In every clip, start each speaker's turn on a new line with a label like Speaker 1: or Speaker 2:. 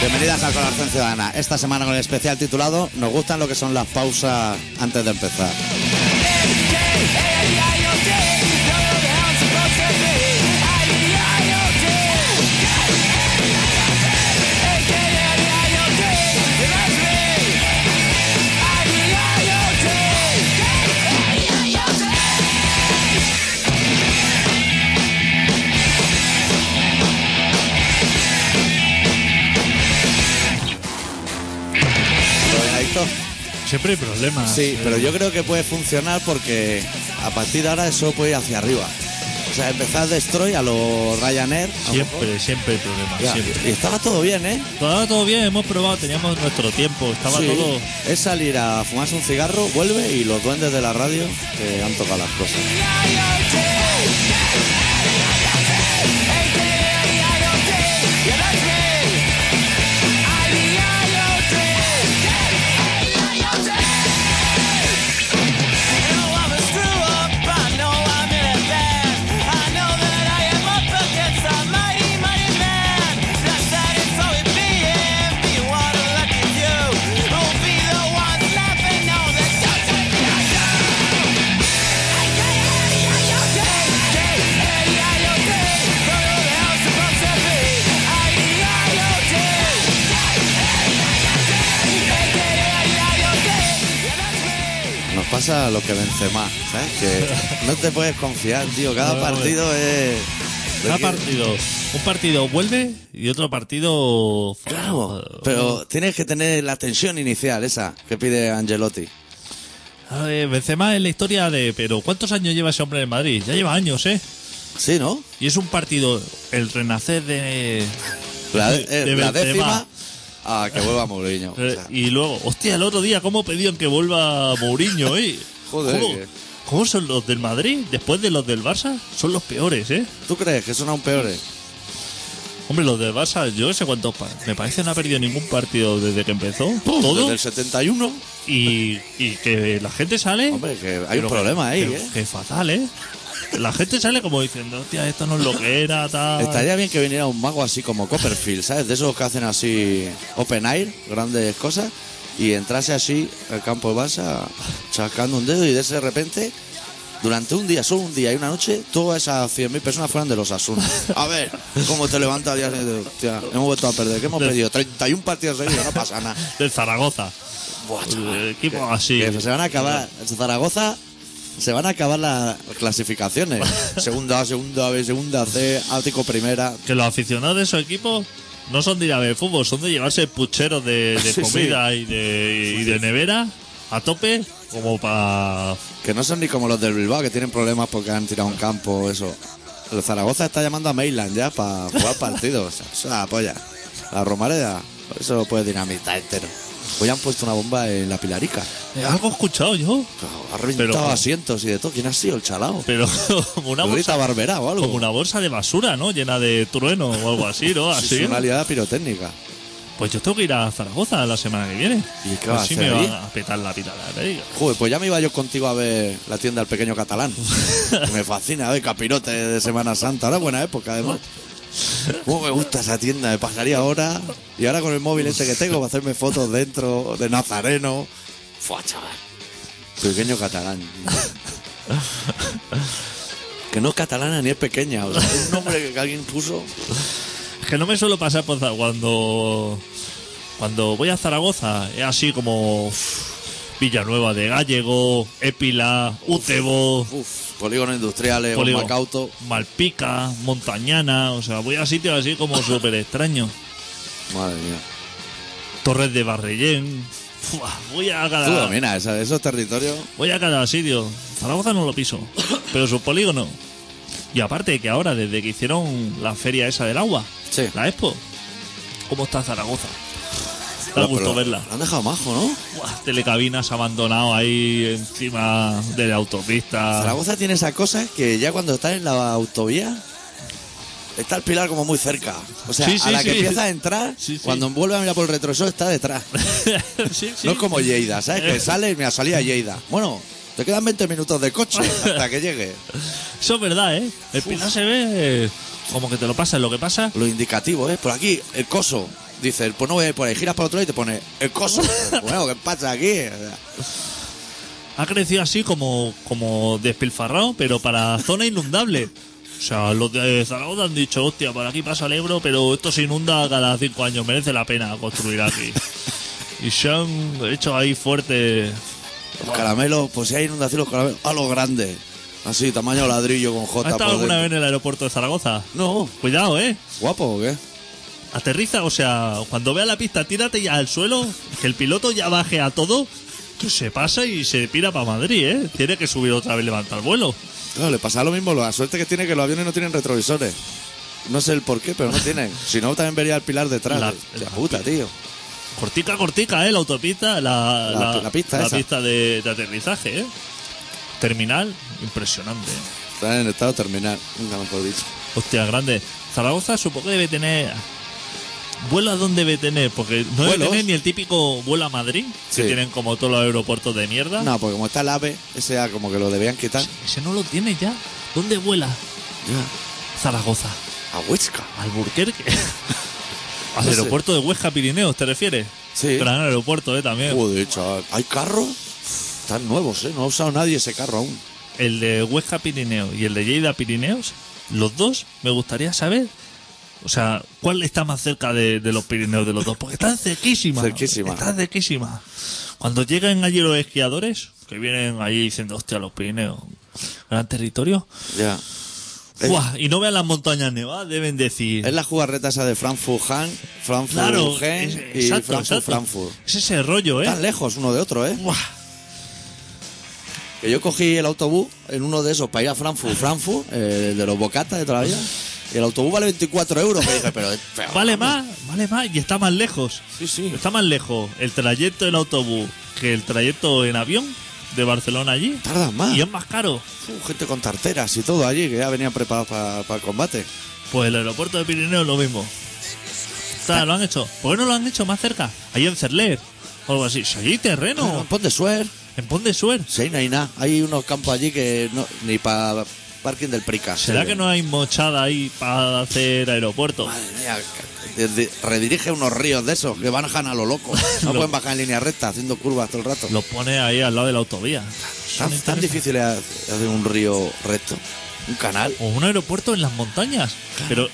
Speaker 1: Bienvenidas al Corazón Ciudadana. Esta semana con el especial titulado Nos gustan lo que son las pausas antes de empezar. ¿Lo ven, Adicto?
Speaker 2: Ah, Siempre hay problemas.
Speaker 1: Sí, pero yo creo que puede funcionar porque a partir de ahora eso puede ir hacia arriba. O sea, empezar Destroy a los Ryanair. a lo mejor.
Speaker 2: Siempre, siempre hay problemas.
Speaker 1: Ya,
Speaker 2: Siempre.
Speaker 1: Y estaba todo bien, ¿eh?
Speaker 2: Todo, todo bien, hemos probado, teníamos nuestro tiempo, estaba
Speaker 1: Sí.
Speaker 2: todo.
Speaker 1: Es salir a fumarse un cigarro, vuelve y los duendes de la radio que han tocado las cosas. Nos pasa lo que vence más, ¿sabes? Que no te puedes confiar, tío. Cada
Speaker 2: No,
Speaker 1: partido es.
Speaker 2: Cada partido, un partido vuelve y otro partido.
Speaker 1: Claro,
Speaker 2: Mm.
Speaker 1: pero tienes que tener la tensión inicial esa que pide Angelotti.
Speaker 2: A ver, Benzema es la historia de. Pero ¿cuántos años lleva ese hombre en Madrid? Ya lleva años, ¿eh?
Speaker 1: Sí, ¿no?
Speaker 2: Y es un partido, el renacer de.
Speaker 1: La,
Speaker 2: De-
Speaker 1: eh,
Speaker 2: de
Speaker 1: la
Speaker 2: Benzema.
Speaker 1: décima. Ah, que vuelva Mourinho. O
Speaker 2: Eh,
Speaker 1: sea,
Speaker 2: y luego, hostia, el otro día, ¿cómo pedían que vuelva Mourinho, eh?
Speaker 1: Joder,
Speaker 2: ¿Cómo,
Speaker 1: que-
Speaker 2: cómo son los del Madrid? Después de los del Barça, son los peores, eh.
Speaker 1: ¿Tú crees que son aún peores?
Speaker 2: Hombre, los del Barça, yo no sé cuántos. pa- Me parece que no ha perdido ningún partido desde que empezó. Todo.
Speaker 1: Desde el 71.
Speaker 2: Y, y que la gente sale.
Speaker 1: Hombre, que hay
Speaker 2: pero
Speaker 1: un problema ahí,
Speaker 2: pero
Speaker 1: ¿eh?
Speaker 2: Que fatal, eh. La gente sale como diciendo, hostia, esto no es lo que era, tal.
Speaker 1: Estaría bien que viniera un mago así como Copperfield, ¿sabes? De esos que hacen así open air, grandes cosas, y entrase así al campo de Barça chascando un dedo y de ese de repente, durante un día, solo un día y una noche, todas esas 100.000 personas fueran de los Asunas. A ver, ¿cómo te levantas al día siguiente? Hostia, hemos vuelto a perder. ¿Qué hemos
Speaker 2: De-
Speaker 1: perdido? 31 partidos seguidos, no pasa nada.
Speaker 2: Del Zaragoza.
Speaker 1: Buah,
Speaker 2: Eh,
Speaker 1: chaval,
Speaker 2: equipo
Speaker 1: que-
Speaker 2: así.
Speaker 1: que se van a acabar, en Zaragoza... Se van a acabar las clasificaciones. Segunda A, segunda B, segunda C, ático primera.
Speaker 2: que los aficionados de esos equipos no son de ir a ver fútbol, son de llevarse pucheros de, de
Speaker 1: Sí, sí.
Speaker 2: comida y, de, y de nevera a tope, como para.
Speaker 1: Que no son ni como los del Bilbao, que tienen problemas porque han tirado un campo o eso. El Zaragoza está llamando a Mailand ya para jugar partidos. Eso es la polla. La Romareda, eso puede dinamitar entero. Hoy han puesto una bomba en la Pilarica.
Speaker 2: Algo he escuchado yo,
Speaker 1: Ha reventado
Speaker 2: Pero-
Speaker 1: asientos y de todo. ¿Quién ha sido el chalao?
Speaker 2: pero como una
Speaker 1: Lolita
Speaker 2: bolsa.
Speaker 1: Barberá o algo.
Speaker 2: Como una bolsa de basura, ¿no? Llena de trueno o algo así, ¿no?
Speaker 1: Sí,
Speaker 2: Así.
Speaker 1: sí, una liada pirotécnica.
Speaker 2: Pues yo tengo que ir a Zaragoza la semana que viene.
Speaker 1: ¿Y qué
Speaker 2: A ver
Speaker 1: vas a
Speaker 2: si
Speaker 1: hacer
Speaker 2: me
Speaker 1: allí?
Speaker 2: van a petar la pitada, te digo.
Speaker 1: Joder, pues ya me iba yo contigo a ver la tienda del pequeño catalán. me fascina, ver capirote de Semana Santa. Ahora buena época, además. Cómo me gusta esa tienda, me pasaría ahora. Y ahora con el móvil este que tengo para hacerme fotos dentro de Nazareno. Fua, chaval. Pequeño catalán. que no es catalana ni es pequeña. O sea, es un nombre que alguien puso.
Speaker 2: Es que no me suelo pasar por Za- cuando cuando voy a Zaragoza es así como uf, Villanueva de Gallego, Épila, Utebo,
Speaker 1: Uf, polígonos industriales,
Speaker 2: Polígono,
Speaker 1: Macauto.
Speaker 2: Malpica, Montañana, o sea, voy a sitios así como súper extraños.
Speaker 1: Madre mía.
Speaker 2: Torres de Barrellén, Fua, voy a
Speaker 1: Tú
Speaker 2: cada
Speaker 1: dominas esa- esos territorios.
Speaker 2: voy a cada sitio. Zaragoza no lo piso, pero su polígono. Y aparte que ahora desde que hicieron la feria esa del agua,
Speaker 1: Sí.
Speaker 2: la Expo, ¿cómo está Zaragoza? Da
Speaker 1: No,
Speaker 2: gusto
Speaker 1: pero
Speaker 2: verla.
Speaker 1: La han dejado majo, ¿no?
Speaker 2: Buah, telecabinas abandonado ahí encima de la autopista.
Speaker 1: Zaragoza tiene esa cosa que ya cuando estás en la autovía está el pilar como muy cerca. O sea,
Speaker 2: Sí, sí,
Speaker 1: a la
Speaker 2: sí.
Speaker 1: que empiezas a entrar,
Speaker 2: Sí, sí.
Speaker 1: cuando vuelves a mirar por el retrovisor está detrás.
Speaker 2: Sí, sí.
Speaker 1: No es como Lleida, ¿sabes? Que sale y me salía Lleida. Bueno, te quedan 20 minutos de coche hasta que llegue.
Speaker 2: Eso es verdad, ¿eh? El pilar se ve eh, como que te lo pasa. Lo que pasa
Speaker 1: Lo indicativo es, por aquí, el coso. dices, pues no voy a ir por ahí, giras para otro lado y te pone el coso. bueno, ¿qué pasa aquí? O sea,
Speaker 2: Ha crecido así como, como despilfarrado, pero para zona inundable. O sea, los de Zaragoza han dicho, hostia, por aquí pasa el Ebro, pero esto se inunda cada cinco años, merece la pena construir aquí. Y se han hecho ahí fuerte.
Speaker 1: los caramelos, pues si hay inundación, los caramelos, a lo grande. Así, tamaño ladrillo con
Speaker 2: ¿Has
Speaker 1: J
Speaker 2: estado
Speaker 1: por
Speaker 2: alguna
Speaker 1: dentro.
Speaker 2: vez en el aeropuerto de Zaragoza?
Speaker 1: No,
Speaker 2: Cuidado, ¿eh?
Speaker 1: guapo o qué?
Speaker 2: Aterriza, o sea, cuando vea la pista, tírate ya al suelo, que el piloto ya baje a todo, que se pasa y se pira para Madrid, ¿eh? Tiene que subir otra vez, levantar vuelo.
Speaker 1: Claro, le pasa lo mismo. La suerte que tiene que los aviones no tienen retrovisores. No sé el por qué, pero no tienen. Si no, también vería el pilar detrás.
Speaker 2: La-
Speaker 1: La, puta, tío.
Speaker 2: Cortica, cortica, ¿eh? La autopista, la,
Speaker 1: La- la pista esa.
Speaker 2: pista de, de aterrizaje, ¿eh? Terminal, impresionante.
Speaker 1: Están en estado terminal, nunca mejor dicho.
Speaker 2: Hostia, grande. Zaragoza supongo que debe tener... ¿Vuelo a dónde debe tener? Porque no debe
Speaker 1: ¿Vuelos?
Speaker 2: tener ni el típico vuelo a Madrid,
Speaker 1: Sí.
Speaker 2: que tienen como todos los aeropuertos de mierda.
Speaker 1: No, porque como está el AVE, ese A como que lo debían quitar.
Speaker 2: Ese no lo tiene ya. ¿Dónde vuela?
Speaker 1: Ya.
Speaker 2: Zaragoza.
Speaker 1: A Huesca.
Speaker 2: Alburquerque. Al
Speaker 1: No sé.
Speaker 2: aeropuerto de Huesca Pirineos, ¿te refieres?
Speaker 1: Sí.
Speaker 2: Gran aeropuerto, eh, también.
Speaker 1: Joder, chaval. ¿Hay carros? Están nuevos, ¿eh? No ha usado nadie ese carro aún.
Speaker 2: El de Huesca Pirineos y el de Lleida Pirineos, los dos, me gustaría saber. O sea, ¿cuál está más cerca de, de los Pirineos de los dos? Porque están cerquísimas.
Speaker 1: Cerquísima.
Speaker 2: Están cerquísimas. Cuando llegan allí los esquiadores, que vienen allí diciendo, hostia, los Pirineos, gran territorio.
Speaker 1: Ya. Eh.
Speaker 2: ¡Buah! Y no vean las montañas nevadas, deben decir.
Speaker 1: Es la jugarreta esa de Frankfurt Han, Frankfurt
Speaker 2: claro,
Speaker 1: Gen
Speaker 2: es-
Speaker 1: y
Speaker 2: exacto,
Speaker 1: Frankfurt
Speaker 2: exacto.
Speaker 1: Frankfurt.
Speaker 2: Es ese rollo, ¿eh?
Speaker 1: Están lejos uno de otro, ¿eh?
Speaker 2: ¡Buah!
Speaker 1: Que yo cogí el autobús en uno de esos para ir a Frankfurt, Frankfurt, eh, de los bocatas de toda la vida. Y el autobús vale 24 euros. Me dije, pero, pero-
Speaker 2: Vale más, vale más y está más lejos.
Speaker 1: Sí, sí.
Speaker 2: Está más lejos el trayecto en autobús que el trayecto en avión de Barcelona allí.
Speaker 1: Tardas más.
Speaker 2: Y es más caro.
Speaker 1: Uf, uh, gente con tarteras y todo allí, que ya venían preparados para el combate.
Speaker 2: Pues el aeropuerto de Pirineo es lo mismo. O sea, lo han hecho. ¿Por qué no lo han hecho más cerca? Ahí en Cerler. O algo así. Si allí hay
Speaker 1: No,
Speaker 2: terreno.
Speaker 1: pon de suer.
Speaker 2: En Pont de Suer.
Speaker 1: Sí, no hay nada. Hay unos campos allí que no, ni para parking del Prica.
Speaker 2: ¿Será que no hay mochada ahí para hacer aeropuerto?
Speaker 1: Madre mía, que- de- redirige unos ríos de esos que bajan a lo loco. No
Speaker 2: Lo-
Speaker 1: pueden bajar en línea recta haciendo curvas todo el rato.
Speaker 2: Lo pone ahí al lado de la autovía. Son
Speaker 1: Tan, tan
Speaker 2: interesantes.
Speaker 1: difícil es hacer un río recto, un canal.
Speaker 2: O un aeropuerto en las montañas. Pero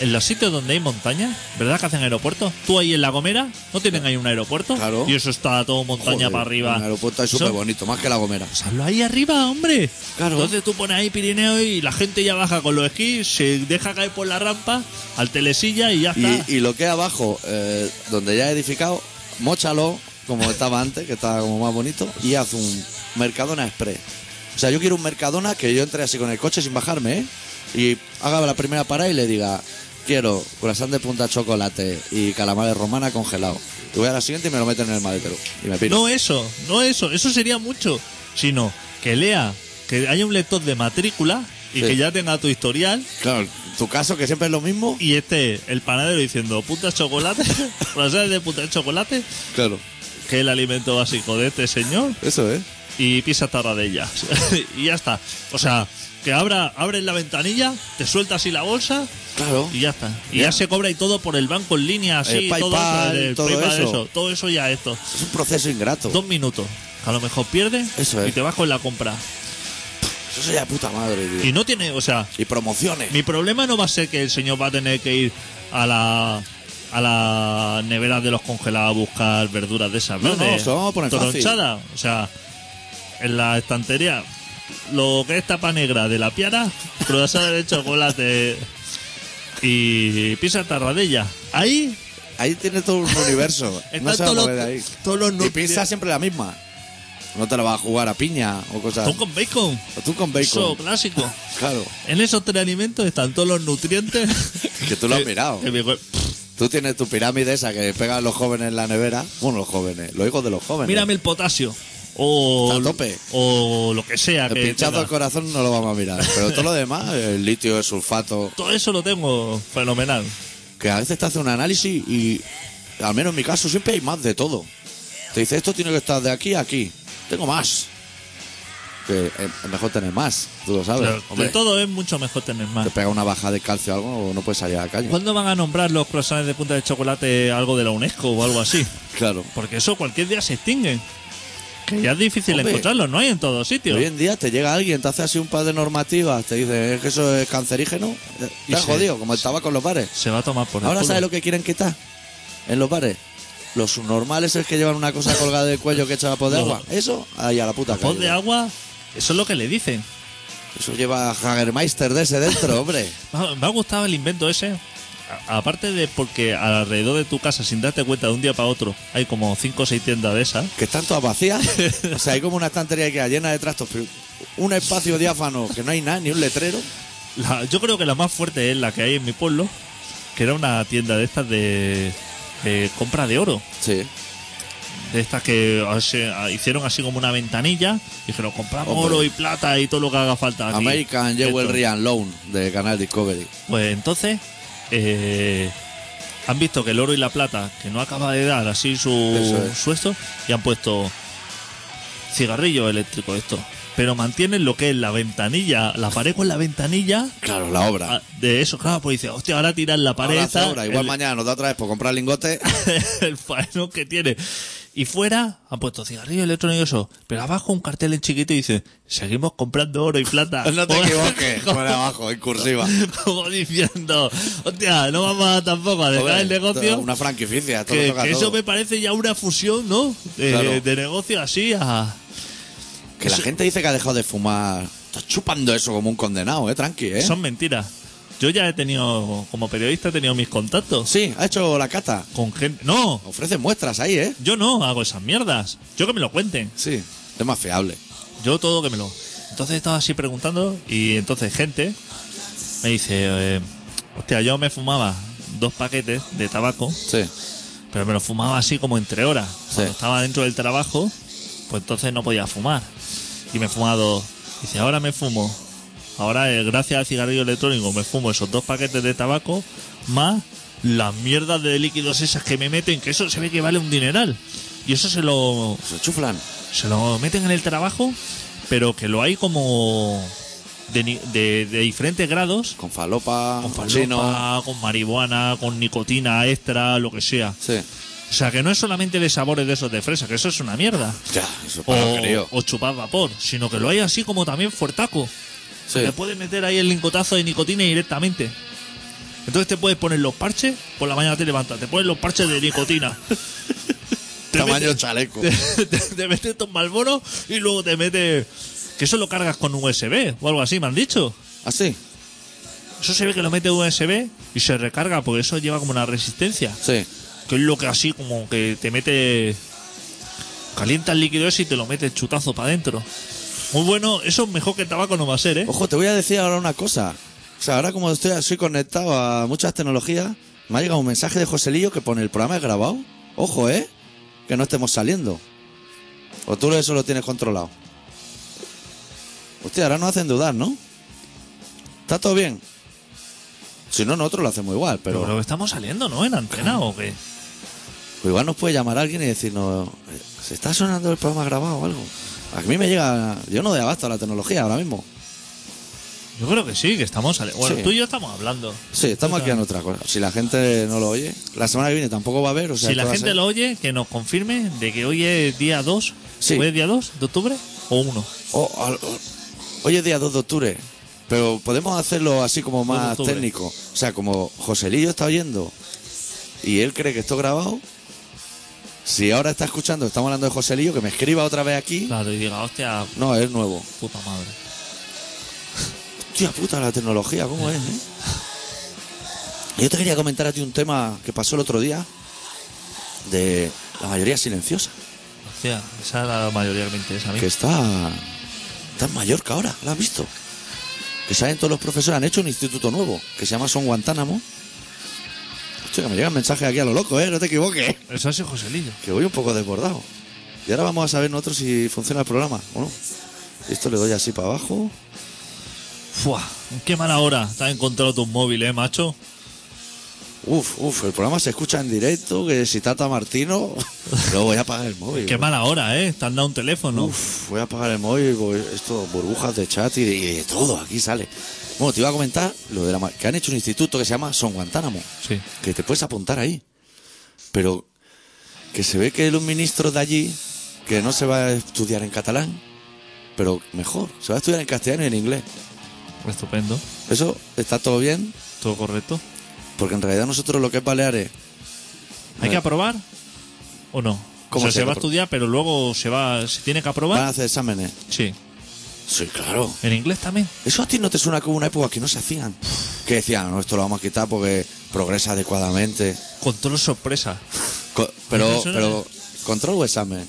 Speaker 2: en los sitios donde hay montañas, ¿verdad que hacen aeropuertos? Tú ahí en La Gomera, ¿no tienen ahí un aeropuerto?
Speaker 1: Claro.
Speaker 2: Y eso está todo montaña
Speaker 1: Joder,
Speaker 2: para arriba.
Speaker 1: Un aeropuerto ahí
Speaker 2: Eso-
Speaker 1: súper bonito, más que la Gomera.
Speaker 2: pues hazlo ahí arriba, hombre.
Speaker 1: Claro.
Speaker 2: Entonces tú pones ahí Pirineo y la gente ya baja con los esquís, se deja caer por la rampa al telesilla y ya está.
Speaker 1: Y, y lo que hay abajo, eh, donde ya he edificado, mochalo como estaba antes, que estaba como más bonito, y haz un Mercadona Express. O sea, yo quiero un Mercadona que yo entre así con el coche sin bajarme, ¿eh? Y haga la primera parada y le diga, quiero corazón de punta chocolate y calamares romana congelado. Y voy a la siguiente y me lo meten en el maletero. Y me piro.
Speaker 2: No eso, no eso, eso sería mucho, sino que lea, que haya un lector de matrícula y
Speaker 1: Sí.
Speaker 2: que ya tenga tu historial
Speaker 1: Claro, tu caso que siempre es lo mismo.
Speaker 2: y este, el panadero diciendo puta chocolate, frases de puta chocolate,
Speaker 1: Claro,
Speaker 2: que es el alimento básico de este señor,
Speaker 1: eso ¿eh? es.
Speaker 2: y pisa tarradellas. y ya está. O sea, que abra, abres la ventanilla, te sueltas así la bolsa
Speaker 1: Claro.
Speaker 2: y ya está. Y
Speaker 1: Ya.
Speaker 2: ya, se cobra y todo por el banco en línea, así,
Speaker 1: El
Speaker 2: todo,
Speaker 1: PayPal,
Speaker 2: eso, el
Speaker 1: todo
Speaker 2: PayPal,
Speaker 1: eso.
Speaker 2: Todo eso ya esto.
Speaker 1: Es un proceso ingrato.
Speaker 2: Dos minutos. A lo mejor pierdes
Speaker 1: Eso es.
Speaker 2: y te vas con la compra.
Speaker 1: Eso sería de puta madre, tío.
Speaker 2: Y no tiene, o sea,
Speaker 1: Y promociones.
Speaker 2: Mi problema no va a ser que el señor va a tener que ir a la a la nevera de los congelados a buscar verduras de esas
Speaker 1: No, no,
Speaker 2: verdes.
Speaker 1: se lo vamos a poner fácil.
Speaker 2: Tronchadas. O sea, en la estantería, lo que es tapa negra de la piara, croissant de chocolate y pizza tarradella. Ahí
Speaker 1: Ahí tiene todo un universo. no
Speaker 2: están
Speaker 1: se va a
Speaker 2: todos,
Speaker 1: mover
Speaker 2: los,
Speaker 1: ahí.
Speaker 2: todos los
Speaker 1: Y
Speaker 2: nu-
Speaker 1: pizza siempre la misma. No te la vas a jugar a piña o cosas.
Speaker 2: Atún con bacon.
Speaker 1: O tú con Ah. bacon.
Speaker 2: Eso, clásico.
Speaker 1: Claro.
Speaker 2: En esos tres alimentos están todos los nutrientes.
Speaker 1: Que tú lo has mirado.
Speaker 2: que mi cuer-
Speaker 1: Tú tienes tu pirámide esa que pegan los jóvenes en la nevera. Bueno, los jóvenes, los hijos de los jóvenes.
Speaker 2: Mírame el potasio. O,
Speaker 1: Está a tope.
Speaker 2: o lo que sea.
Speaker 1: el
Speaker 2: que
Speaker 1: pinchazo
Speaker 2: tenga.
Speaker 1: al corazón no lo vamos a mirar. Pero todo lo demás, el litio, el sulfato,
Speaker 2: Todo eso lo tengo fenomenal.
Speaker 1: que a veces te hace un análisis y, al menos en mi caso, siempre hay más de todo. Te dice, esto tiene que estar de aquí a aquí. Tengo más. que es mejor tener más, tú lo sabes.
Speaker 2: Pero
Speaker 1: Hombre,
Speaker 2: de todo es mucho mejor tener más.
Speaker 1: te pega una baja de calcio o algo, no puedes salir a la calle.
Speaker 2: ¿Cuándo van a nombrar los croissants de punta de chocolate algo de la UNESCO o algo así?
Speaker 1: Claro.
Speaker 2: Porque eso cualquier día se extinguen. Que ya es difícil
Speaker 1: Hombre.
Speaker 2: encontrarlos, no hay en todos
Speaker 1: Y
Speaker 2: sitios.
Speaker 1: Hoy en día te llega alguien, te hace así un par de normativas, te dice "Es que eso es cancerígeno, eh,
Speaker 2: Y
Speaker 1: te has
Speaker 2: se-
Speaker 1: jodido, como el tabaco en los bares.
Speaker 2: Se va a tomar por el
Speaker 1: Ahora
Speaker 2: culo.
Speaker 1: sabes lo que quieren quitar en los bares. Los subnormales es que llevan una cosa colgada del cuello que echa a de
Speaker 2: No.
Speaker 1: agua. Eso, ahí a la puta
Speaker 2: Pon
Speaker 1: calle.
Speaker 2: de agua, eso es lo que le dicen.
Speaker 1: Eso lleva Hagermeister de ese dentro, hombre.
Speaker 2: Me me ha gustado el invento ese. A- aparte de porque alrededor de tu casa, sin darte cuenta de un día para otro, hay como 5 o 6 tiendas de esas.
Speaker 1: Que están todas vacías. O sea, hay como una estantería que hay llena de trastos, pero un espacio diáfano que no hay nada, ni un letrero.
Speaker 2: La- yo creo que la más fuerte es la que hay en mi pueblo, que era una tienda de estas de, de compra de oro.
Speaker 1: Sí.
Speaker 2: De estas que o sea, hicieron así como una ventanilla. Dijeron, compramos
Speaker 1: Hombre.
Speaker 2: oro y plata y todo lo que haga falta. aquí".
Speaker 1: American Jewel
Speaker 2: Esto.
Speaker 1: Rian Loan de Canal Discovery.
Speaker 2: Pues entonces, eh, han visto que el oro y la plata, que no acaba de dar así su,
Speaker 1: Eso es.
Speaker 2: su esto, y han puesto cigarrillo eléctrico esto. Pero mantienen lo que es la ventanilla, la pared con la ventanilla
Speaker 1: Claro, la obra.
Speaker 2: ah, de eso, claro, pues dice, hostia, ahora tiran la pared
Speaker 1: Ahora hace
Speaker 2: esta,
Speaker 1: obra. Igual
Speaker 2: el-
Speaker 1: mañana nos da otra vez por comprar lingote.
Speaker 2: el faenón que tiene. Y fuera han puesto cigarrillo electrónico y eso, pero abajo un cartel en chiquito y dice, seguimos comprando oro y plata.
Speaker 1: No te
Speaker 2: Como-
Speaker 1: equivoques. Por abajo, en cursiva.
Speaker 2: Como diciendo, hostia, no vamos a tampoco a dejar
Speaker 1: Joder,
Speaker 2: el negocio.
Speaker 1: Una franquicia, todo
Speaker 2: que,
Speaker 1: toca
Speaker 2: que eso
Speaker 1: todo.
Speaker 2: me parece ya una fusión, ¿no? De,
Speaker 1: Claro.
Speaker 2: de negocio así a...
Speaker 1: Que la gente dice que ha dejado de fumar. Está chupando eso como un condenado, eh, tranqui, eh.
Speaker 2: Son mentiras. Yo ya he tenido, como periodista, he tenido mis contactos
Speaker 1: Sí, ha hecho la cata.
Speaker 2: con gente... No,
Speaker 1: Ofrecen muestras ahí, eh.
Speaker 2: yo no hago esas mierdas. Yo que me lo cuenten.
Speaker 1: Sí. Es más fiable.
Speaker 2: Yo todo que me lo... Entonces estaba así preguntando y entonces gente me dice, eh, hostia, yo me fumaba dos paquetes de tabaco,
Speaker 1: Sí.
Speaker 2: pero me lo fumaba así como entre horas. Cuando estaba dentro del trabajo, pues entonces no podía fumar. Y me he fumado. Dice, ahora me fumo. Ahora, eh, gracias al cigarrillo electrónico, me fumo esos dos paquetes de tabaco más las mierdas de líquidos esas que me meten, que eso se ve que vale un dineral. Y eso se lo,
Speaker 1: Se chuflan.
Speaker 2: se lo meten en el trabajo, pero que lo hay como de, ni- de- de diferentes grados.
Speaker 1: Con falopa,
Speaker 2: Con
Speaker 1: con chino.
Speaker 2: falopa, con marihuana, con nicotina extra, lo que sea.
Speaker 1: Sí.
Speaker 2: O sea, que no es solamente de sabores de esos de fresa, que eso es una mierda.
Speaker 1: Ya, eso es
Speaker 2: O,
Speaker 1: para querido.
Speaker 2: o chupar vapor, sino que lo hay así como también fuertaco.
Speaker 1: Sí.
Speaker 2: Le puedes meter ahí el lingotazo de nicotina directamente. Entonces te puedes poner los parches, por la mañana te levantas, te pones los parches de nicotina. Te
Speaker 1: Tamaño
Speaker 2: metes-
Speaker 1: chaleco.
Speaker 2: te, te- te metes tus malboros y luego te metes. Que eso lo cargas con USB o algo así, me han dicho.
Speaker 1: Así.
Speaker 2: Eso se ve que lo mete USB y se recarga porque eso lleva como una resistencia.
Speaker 1: Sí.
Speaker 2: Que es lo que así como que te mete. Calienta el líquido ese y te lo mete chutazo para adentro. Muy bueno, eso mejor que el tabaco no va a ser, ¿eh?
Speaker 1: Ojo, te voy a decir ahora una cosa. O sea, ahora como estoy, soy conectado a muchas tecnologías, me ha llegado un mensaje de Joselillo que pone el programa es grabado. Ojo, ¿eh? Que no estemos saliendo. O tú eso lo tienes controlado. Hostia, ahora nos hacen dudar, ¿no? ¿Está todo bien? Si no, nosotros lo hacemos igual,
Speaker 2: Pero,
Speaker 1: pero,
Speaker 2: que estamos saliendo, ¿no? En antena o qué.
Speaker 1: pues igual nos puede llamar alguien y decirnos, eh, ¿se está sonando el programa grabado o algo? A mí me llega, yo no de abasto a la tecnología ahora mismo.
Speaker 2: Yo creo que sí, que estamos saliendo. Bueno,
Speaker 1: Sí.
Speaker 2: tú y yo estamos hablando.
Speaker 1: Sí, estamos aquí en otra cosa. Si la gente no lo oye, la semana que viene tampoco va a haber. O sea,
Speaker 2: si la
Speaker 1: esto va a
Speaker 2: gente
Speaker 1: ser-
Speaker 2: lo oye, que nos confirme de que hoy es día 2.
Speaker 1: Sí.
Speaker 2: ¿Hoy es día 2 de octubre o 1?
Speaker 1: O- Oh, al- o- hoy es día 2 de octubre, pero podemos hacerlo así como
Speaker 2: de
Speaker 1: más
Speaker 2: octubre.
Speaker 1: técnico. O sea, como Joselillo está oyendo y él cree que esto grabado. Si ahora está escuchando, estamos hablando de Joselillo, que me escriba otra vez aquí.
Speaker 2: Claro, y diga, hostia,
Speaker 1: No, es nuevo.
Speaker 2: puta madre.
Speaker 1: Hostia puta, la tecnología, ¿cómo es? eh? Yo te quería comentar a ti un tema que pasó el otro día de la mayoría silenciosa.
Speaker 2: Hostia, esa es la mayoría que me interesa a mí.
Speaker 1: que está, está en Mallorca ahora, ¿la has visto? Que saben todos los profesores, han hecho un instituto nuevo que se llama Son Guantánamo. Hostia, que me llegan mensajes aquí a lo loco, ¿eh? No te equivoques.
Speaker 2: Eso ha sido Joselillo.
Speaker 1: Que voy un poco desbordado. Y ahora vamos a saber nosotros si funciona el programa o no. Esto le doy así para abajo.
Speaker 2: Fua, qué mala hora te has encontrado tu móvil, eh, macho.
Speaker 1: Uf, uf, el programa se escucha en directo, que si Tata Martino, luego voy a apagar el móvil.
Speaker 2: Qué mala hora, ¿eh? Te han dado un teléfono.
Speaker 1: Uf, voy a apagar el móvil, porque esto, burbujas de chat y de, y de todo, aquí sale. Bueno, te iba a comentar lo de la ma- que han hecho un instituto que se llama Son Guantánamo,
Speaker 2: Sí.
Speaker 1: que te puedes apuntar ahí. Pero que se ve que el ministro de allí, que no se va a estudiar en catalán, pero mejor, se va a estudiar en castellano y en inglés.
Speaker 2: Estupendo.
Speaker 1: Eso está todo bien,
Speaker 2: Todo correcto.
Speaker 1: porque en realidad nosotros lo que es Baleares
Speaker 2: ¿Hay que aprobar Eh, o no?
Speaker 1: ¿Cómo
Speaker 2: o sea,
Speaker 1: se
Speaker 2: se va a
Speaker 1: apro-
Speaker 2: estudiar, pero luego se va, se tiene que
Speaker 1: van a
Speaker 2: aprobar.
Speaker 1: hacer exámenes.
Speaker 2: Sí.
Speaker 1: Sí, claro.
Speaker 2: En inglés también.
Speaker 1: ¿Eso a ti no te suena como una época que no se hacían? Que decían, no, esto lo vamos a quitar porque progresa adecuadamente.
Speaker 2: Control sorpresa.
Speaker 1: Co- pero,
Speaker 2: Eso no
Speaker 1: pero, ¿control o examen?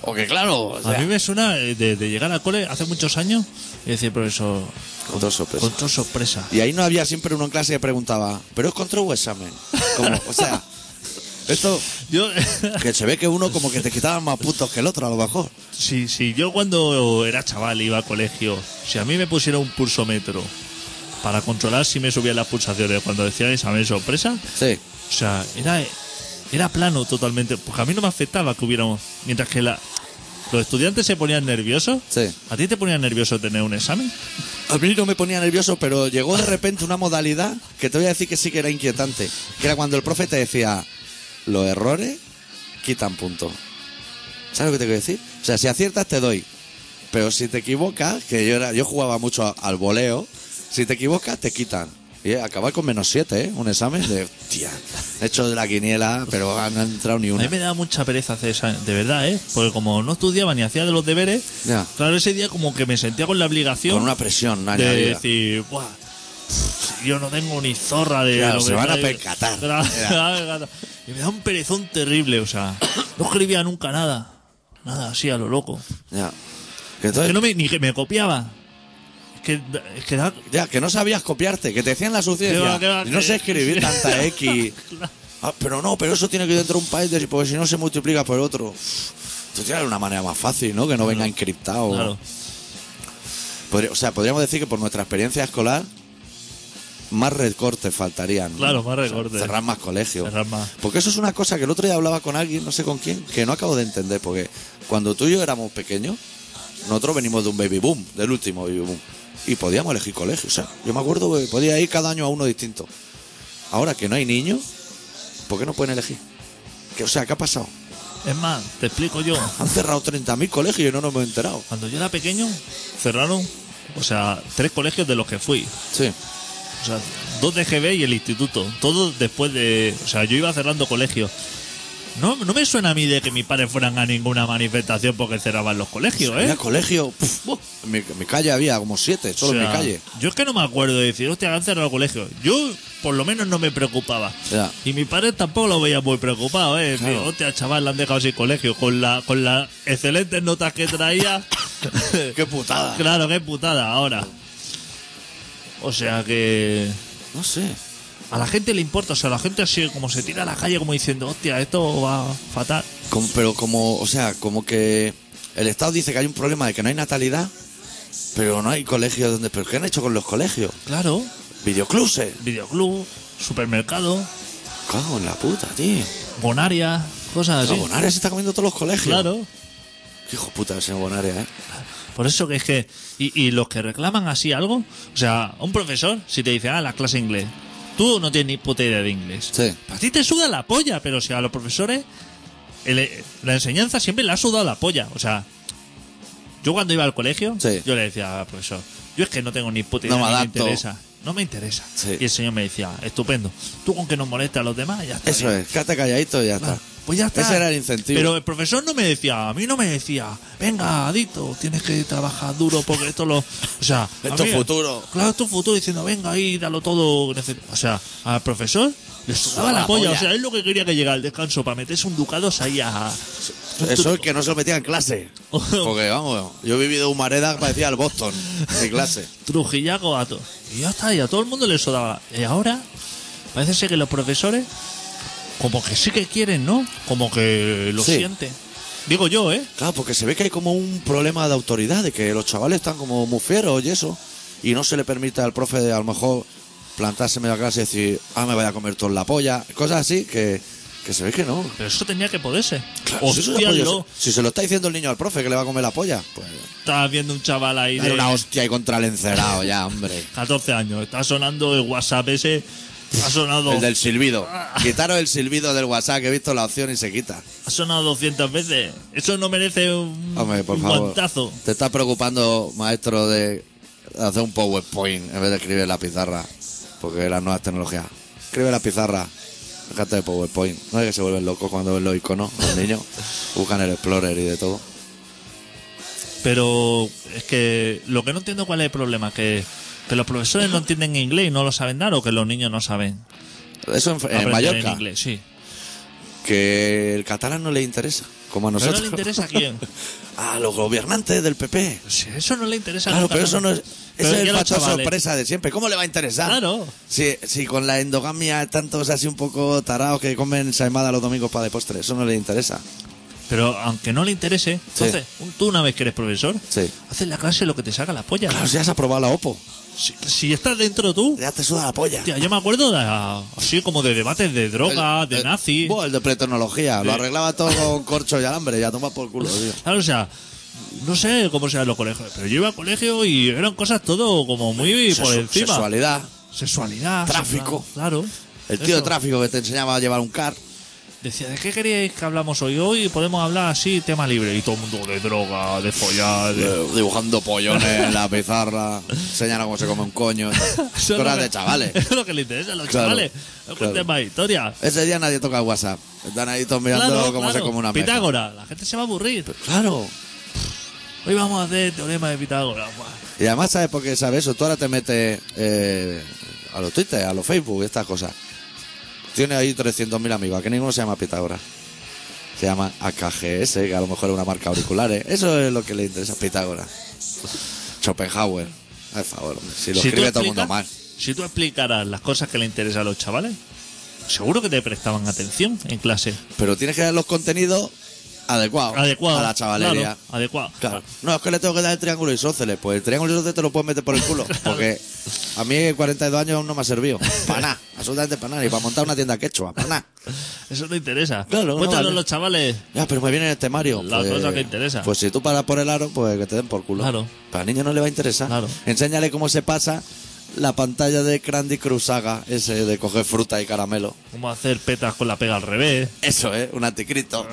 Speaker 1: Porque claro, o
Speaker 2: A
Speaker 1: sea,
Speaker 2: mí me suena eh, de, de llegar al cole hace muchos años y decir, profesor,
Speaker 1: control sorpresa.
Speaker 2: control sorpresa.
Speaker 1: Y ahí no había siempre uno en clase que preguntaba, ¿pero es control o examen? Como, o sea, esto,
Speaker 2: Yo,
Speaker 1: que se ve que uno como que te quitaban más puntos que el otro a lo mejor.
Speaker 2: si, si yo cuando era chaval iba a colegio, si a mí me pusieron un pulsómetro para controlar si me subían las pulsaciones cuando decían examen sorpresa,
Speaker 1: Sí.
Speaker 2: O sea, era, era plano totalmente. Porque a mí no me afectaba que hubiéramos. Mientras que la, los estudiantes se ponían nerviosos.
Speaker 1: Sí.
Speaker 2: ¿A ti te ponía nervioso tener un examen?
Speaker 1: A mí no me ponía nervioso, pero llegó de repente una modalidad que te voy a decir que sí que era inquietante. Que era cuando el profe te decía, los errores quitan puntos. ¿Sabes lo que te quiero decir? O sea, si aciertas te doy. Pero si te equivocas, que yo era, yo jugaba mucho a- al voleo, si te equivocas te quitan. Y eh, acabar con menos 7, ¿eh? Un examen de, tía, he hecho de la quiniela, pero ah, no ha entrado ni
Speaker 2: A
Speaker 1: una.
Speaker 2: mí me daba mucha pereza hacer examen, de verdad, ¿eh? Porque como no estudiaba ni hacía de los deberes,
Speaker 1: Ya.
Speaker 2: claro, ese día como que me sentía con la obligación
Speaker 1: Con una presión,
Speaker 2: de
Speaker 1: añadida.
Speaker 2: decir, ¡buah! pff, Yo no tengo ni zorra de.
Speaker 1: Claro,
Speaker 2: lo que
Speaker 1: se van a
Speaker 2: traigo".
Speaker 1: percatar.
Speaker 2: Claro,
Speaker 1: Era.
Speaker 2: claro. y me da un perezón terrible, o sea, no escribía nunca nada. Nada, así a lo loco.
Speaker 1: Ya. Que
Speaker 2: Es
Speaker 1: entonces-
Speaker 2: que no me, ni que me copiaba. Es que, es que da-
Speaker 1: Ya, que no sabías copiarte, que te decían la sucia y
Speaker 2: Qué
Speaker 1: decía,
Speaker 2: va, qué va,
Speaker 1: "Y no
Speaker 2: qué-
Speaker 1: sé escribir
Speaker 2: sí".
Speaker 1: tanta X. Ah, pero no, pero eso tiene que ir dentro de un Python porque si no se multiplica por otro. Esto tiene que haber una manera más fácil, ¿no? Que no venga encriptado.
Speaker 2: Claro.
Speaker 1: Podría- o sea, podríamos decir que por nuestra experiencia escolar, más recortes faltarían. ¿no?
Speaker 2: Claro, más
Speaker 1: O sea,
Speaker 2: recortes.
Speaker 1: cerrar más colegios.
Speaker 2: Cerrar más.
Speaker 1: Porque eso es una cosa que el otro día hablaba con alguien, no sé con quién, que no acabo de entender. Porque cuando tú y yo éramos pequeños, nosotros venimos de un baby boom, del último baby boom. Y podíamos elegir colegios. O sea, yo me acuerdo que podía ir cada año a uno distinto. Ahora que no hay niños, ¿por qué no pueden elegir? Que, o sea, ¿qué ha pasado?
Speaker 2: Es más, te explico yo.
Speaker 1: Han cerrado 30.000 colegios y no nos hemos enterado.
Speaker 2: Cuando yo era pequeño, cerraron, o sea, tres colegios de los que fui.
Speaker 1: Sí.
Speaker 2: O sea, dos de GB y el instituto. Todo después de. O sea, yo iba cerrando colegios. No, no me suena a mí de que mis padres fueran a ninguna manifestación porque cerraban los colegios,
Speaker 1: Había
Speaker 2: ¿eh?
Speaker 1: colegio. puf, buh. en, mi, en mi calle había como siete, solo
Speaker 2: O sea,
Speaker 1: en mi calle.
Speaker 2: Yo es que no me acuerdo de decir, hostia, han cerrado colegios. Yo, por lo menos, no me preocupaba.
Speaker 1: Ya.
Speaker 2: Y mi padre tampoco lo veía muy preocupado, ¿eh? Decir,
Speaker 1: Claro.
Speaker 2: hostia, chaval, le han dejado sin colegio. Con, la, con las excelentes notas que traía.
Speaker 1: ¡Qué putada!
Speaker 2: claro, qué putada ahora. O sea que.
Speaker 1: No sé.
Speaker 2: A la gente le importa, o sea, la gente así como se tira a la calle como diciendo, hostia, esto va fatal.
Speaker 1: Como- pero como, o sea, como que el Estado dice que hay un problema de que no hay natalidad, pero no hay colegios donde. ¿Pero qué han hecho con los colegios?
Speaker 2: Claro.
Speaker 1: Videoclubs.
Speaker 2: Videoclub, supermercado,
Speaker 1: Cago en la puta, tío.
Speaker 2: bonaria, cosas
Speaker 1: Pero
Speaker 2: así.
Speaker 1: Bonares se está comiendo todos los colegios.
Speaker 2: ¿Ah, Claro.
Speaker 1: Qué hijo de puta ese Bonares, ¿eh?
Speaker 2: Por eso que es que. Y, y los que reclaman así algo. O sea, un profesor, si te dice, ah, la clase de inglés. Tú no tienes ni puta idea de inglés.
Speaker 1: Sí.
Speaker 2: A ti te suda la polla, pero o sea, a los profesores. el- la enseñanza siempre le ha sudado la polla. O sea, yo cuando iba al colegio,
Speaker 1: Sí.
Speaker 2: yo le decía al profesor, yo es que no tengo ni puta
Speaker 1: No me
Speaker 2: idea, ni me
Speaker 1: adapto.
Speaker 2: interesa. No me interesa.
Speaker 1: Sí.
Speaker 2: Y el señor me decía, estupendo, tú con que no molestes a los demás, ya está.
Speaker 1: Eso
Speaker 2: bien".
Speaker 1: es, quédate calladito y ya
Speaker 2: Ah,
Speaker 1: está.
Speaker 2: Pues ya está.
Speaker 1: Ese era el incentivo.
Speaker 2: Pero el profesor no me decía, a mí no me decía, venga, adicto, tienes que trabajar duro porque esto lo. O sea. a
Speaker 1: Esto
Speaker 2: mí-
Speaker 1: es futuro.
Speaker 2: Claro, esto es futuro diciendo, venga, ahí, dalo todo. nece- O sea, al profesor le sudaba la,
Speaker 1: la
Speaker 2: polla.
Speaker 1: polla.
Speaker 2: O sea, él lo que quería que llegara al descanso para meterse un ducados ahí a.
Speaker 1: Eso es que no se lo metía en clase. Porque vamos, yo he vivido humareda que parecía el Boston en clase.
Speaker 2: Trujillaco a todo. Y ya está, y a todo el mundo le sudaba. Y ahora, parece ser que los profesores, como que sí que quieren, ¿no? Como que lo
Speaker 1: Sí.
Speaker 2: sienten. Digo yo, ¿eh?
Speaker 1: Claro, porque se ve que hay como un problema de autoridad, de que los chavales están como muy fieros y eso, y no se le permite al profe, a lo mejor, plantarse medio a clase y decir, ah, me voy a comer todo en la polla, cosas así que, que se ve que no.
Speaker 2: Pero eso tenía que poderse.
Speaker 1: si, eso se
Speaker 2: Hostia,
Speaker 1: puede-
Speaker 2: yo
Speaker 1: si se lo está diciendo el niño al profe que le va a comer la polla, pues
Speaker 2: estaba viendo un chaval ahí
Speaker 1: dale
Speaker 2: de
Speaker 1: una hostia y contra el encerado ya, hombre.
Speaker 2: 14 años. Está sonando el WhatsApp ese. Ha sonado,
Speaker 1: El del silbido. Quitaros el silbido del WhatsApp, que he visto la opción y se quita.
Speaker 2: ha sonado 200 veces. Eso no merece un,
Speaker 1: Hombre, por
Speaker 2: un
Speaker 1: favor.
Speaker 2: guantazo.
Speaker 1: Te estás preocupando, maestro, de hacer un PowerPoint en vez de escribir en la pizarra. Porque las nuevas tecnologías. Escribe en la pizarra. Déjate de PowerPoint. No es que se vuelven locos cuando ven los iconos, los niños. Buscan el Explorer y de todo.
Speaker 2: Pero es que lo que no entiendo cuál es el problema, que, que los profesores no entienden inglés y no lo saben dar o que los niños no saben.
Speaker 1: Eso en, en
Speaker 2: aprender
Speaker 1: Mallorca.
Speaker 2: En inglés, sí.
Speaker 1: que el catalán no le interesa. Como a
Speaker 2: Pero
Speaker 1: nosotros.
Speaker 2: no le interesa a quién.
Speaker 1: a los gobernantes del PP.
Speaker 2: Si eso no le interesa a
Speaker 1: Claro,
Speaker 2: los
Speaker 1: pero eso no
Speaker 2: catalanes.
Speaker 1: es.
Speaker 2: Pero
Speaker 1: Esa es
Speaker 2: que
Speaker 1: el
Speaker 2: los
Speaker 1: factor
Speaker 2: chavales-
Speaker 1: sorpresa de siempre. ¿Cómo le va a interesar?
Speaker 2: Claro.
Speaker 1: Si, si con la endogamia tantos así un poco tarados que comen saimada los domingos para de postre, eso no le interesa.
Speaker 2: Pero aunque no le interese, entonces, un- tú una vez que eres profesor,
Speaker 1: Sí.
Speaker 2: haces la clase lo que te saca la polla.
Speaker 1: Claro, si has aprobado la OPO,
Speaker 2: Si, si estás dentro tú,
Speaker 1: ya te suda la polla.
Speaker 2: Hostia, yo me acuerdo de, así como de debates de droga, de
Speaker 1: El-
Speaker 2: nazi.
Speaker 1: Buah, el de pretecnología, lo
Speaker 2: Sí.
Speaker 1: arreglaba todo con corcho y alambre, ya toma por culo, tío.
Speaker 2: Claro, o sea, no sé cómo sean los colegios, pero yo iba a colegio y eran cosas todo como muy por
Speaker 1: Sexu-
Speaker 2: encima.
Speaker 1: Sexualidad.
Speaker 2: Sexualidad.
Speaker 1: Tráfico.
Speaker 2: sexual- claro.
Speaker 1: El tío de
Speaker 2: Eso.
Speaker 1: tráfico que te enseñaba a llevar un car.
Speaker 2: Decía, ¿de qué queríais que hablamos hoy? Hoy podemos hablar así, tema libre. Y todo el mundo de droga, de follar, de...
Speaker 1: Eh, Dibujando pollones en la pizarra, enseñando cómo se come un coño.
Speaker 2: Eso es lo
Speaker 1: Horas
Speaker 2: que-
Speaker 1: de chavales.
Speaker 2: Eso es lo que le interesa a los
Speaker 1: Claro,
Speaker 2: chavales. No
Speaker 1: claro.
Speaker 2: cuenten más historias.
Speaker 1: Ese día nadie toca el WhatsApp. Están ahí todos mirando
Speaker 2: Claro,
Speaker 1: cómo se
Speaker 2: claro.
Speaker 1: come una meja.
Speaker 2: Pitágora, la gente se va a aburrir.
Speaker 1: Claro.
Speaker 2: Hoy vamos a hacer teorema de Pitágora. Buah.
Speaker 1: Y además, ¿sabes por qué sabes eso? Tú ahora te metes eh, a los Twitter, a los Facebook, estas cosas. Tiene ahí 300.000 amigos, que ninguno se llama Pitágoras. Se llama AKGS, que a lo mejor es una marca auriculares. Eso es lo que le interesa a Pitágoras. Schopenhauer. Por favor, hombre, si lo
Speaker 2: Si tú
Speaker 1: escribe todo el mundo
Speaker 2: explicas-
Speaker 1: mal.
Speaker 2: Si tú explicaras las cosas que le interesan a los chavales, seguro que te prestaban atención en clase.
Speaker 1: Pero tienes que dar los contenidos adecuados
Speaker 2: Adecuado.
Speaker 1: a la chavalería.
Speaker 2: Claro, adecuado.
Speaker 1: Claro. No, es que le tengo que dar el triángulo isósceles. Pues el triángulo isósceles te lo puedes meter por el culo. Porque a mí 42 años aún no me ha servido. Para nada. Absolutamente para nada. Y para montar una tienda quechua. Para nada.
Speaker 2: Eso te interesa.
Speaker 1: Claro, no,
Speaker 2: Cuéntalo
Speaker 1: vale.
Speaker 2: a los chavales.
Speaker 1: Ya, pero me viene el temario.
Speaker 2: La
Speaker 1: pues,
Speaker 2: cosa que interesa.
Speaker 1: Pues si tú paras por el aro, pues que te den por culo.
Speaker 2: Claro.
Speaker 1: Para niño no le va a interesar.
Speaker 2: Claro.
Speaker 1: Enséñale cómo se pasa la pantalla de Candy Cruzaga. Ese de coger fruta y caramelo.
Speaker 2: Cómo hacer petas con la pega al revés.
Speaker 1: Eso, ¿eh? Un anticristo.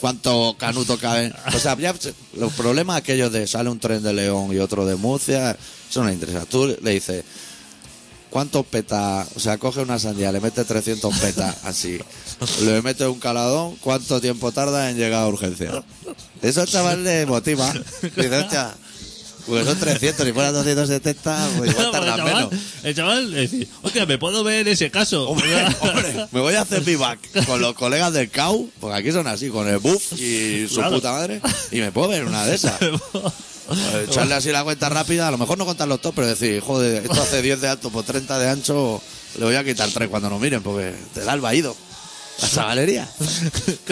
Speaker 1: ¿Cuánto canuto cabe? O sea, ya los problemas aquellos de sale un tren de León y otro de Murcia, eso no le interesa. Tú le dices, ¿cuántos petas? O sea, coge una sandía, le mete 300 petas así, le mete un caladón, ¿cuánto tiempo tarda en llegar a urgencia? Eso al chaval le motiva. Dice, hostia, pues son 300, si fueran 270, pues igual
Speaker 2: Porque
Speaker 1: tardan
Speaker 2: el, chaval,
Speaker 1: menos.
Speaker 2: el chaval le dice, hostia, me puedo ver ese caso.
Speaker 1: Hombre, hombre, me voy a hacer mi back con los colegas del CAU, porque aquí son así, con el buff y su
Speaker 2: Claro.
Speaker 1: puta madre, y me puedo ver una de esas. Eh, Echarle así la cuenta rápida, a lo mejor no contar los top, pero decir, joder, esto hace 10 de alto por 30 de ancho, le voy a quitar 3 cuando nos miren, porque te da el vaído. La chavalería.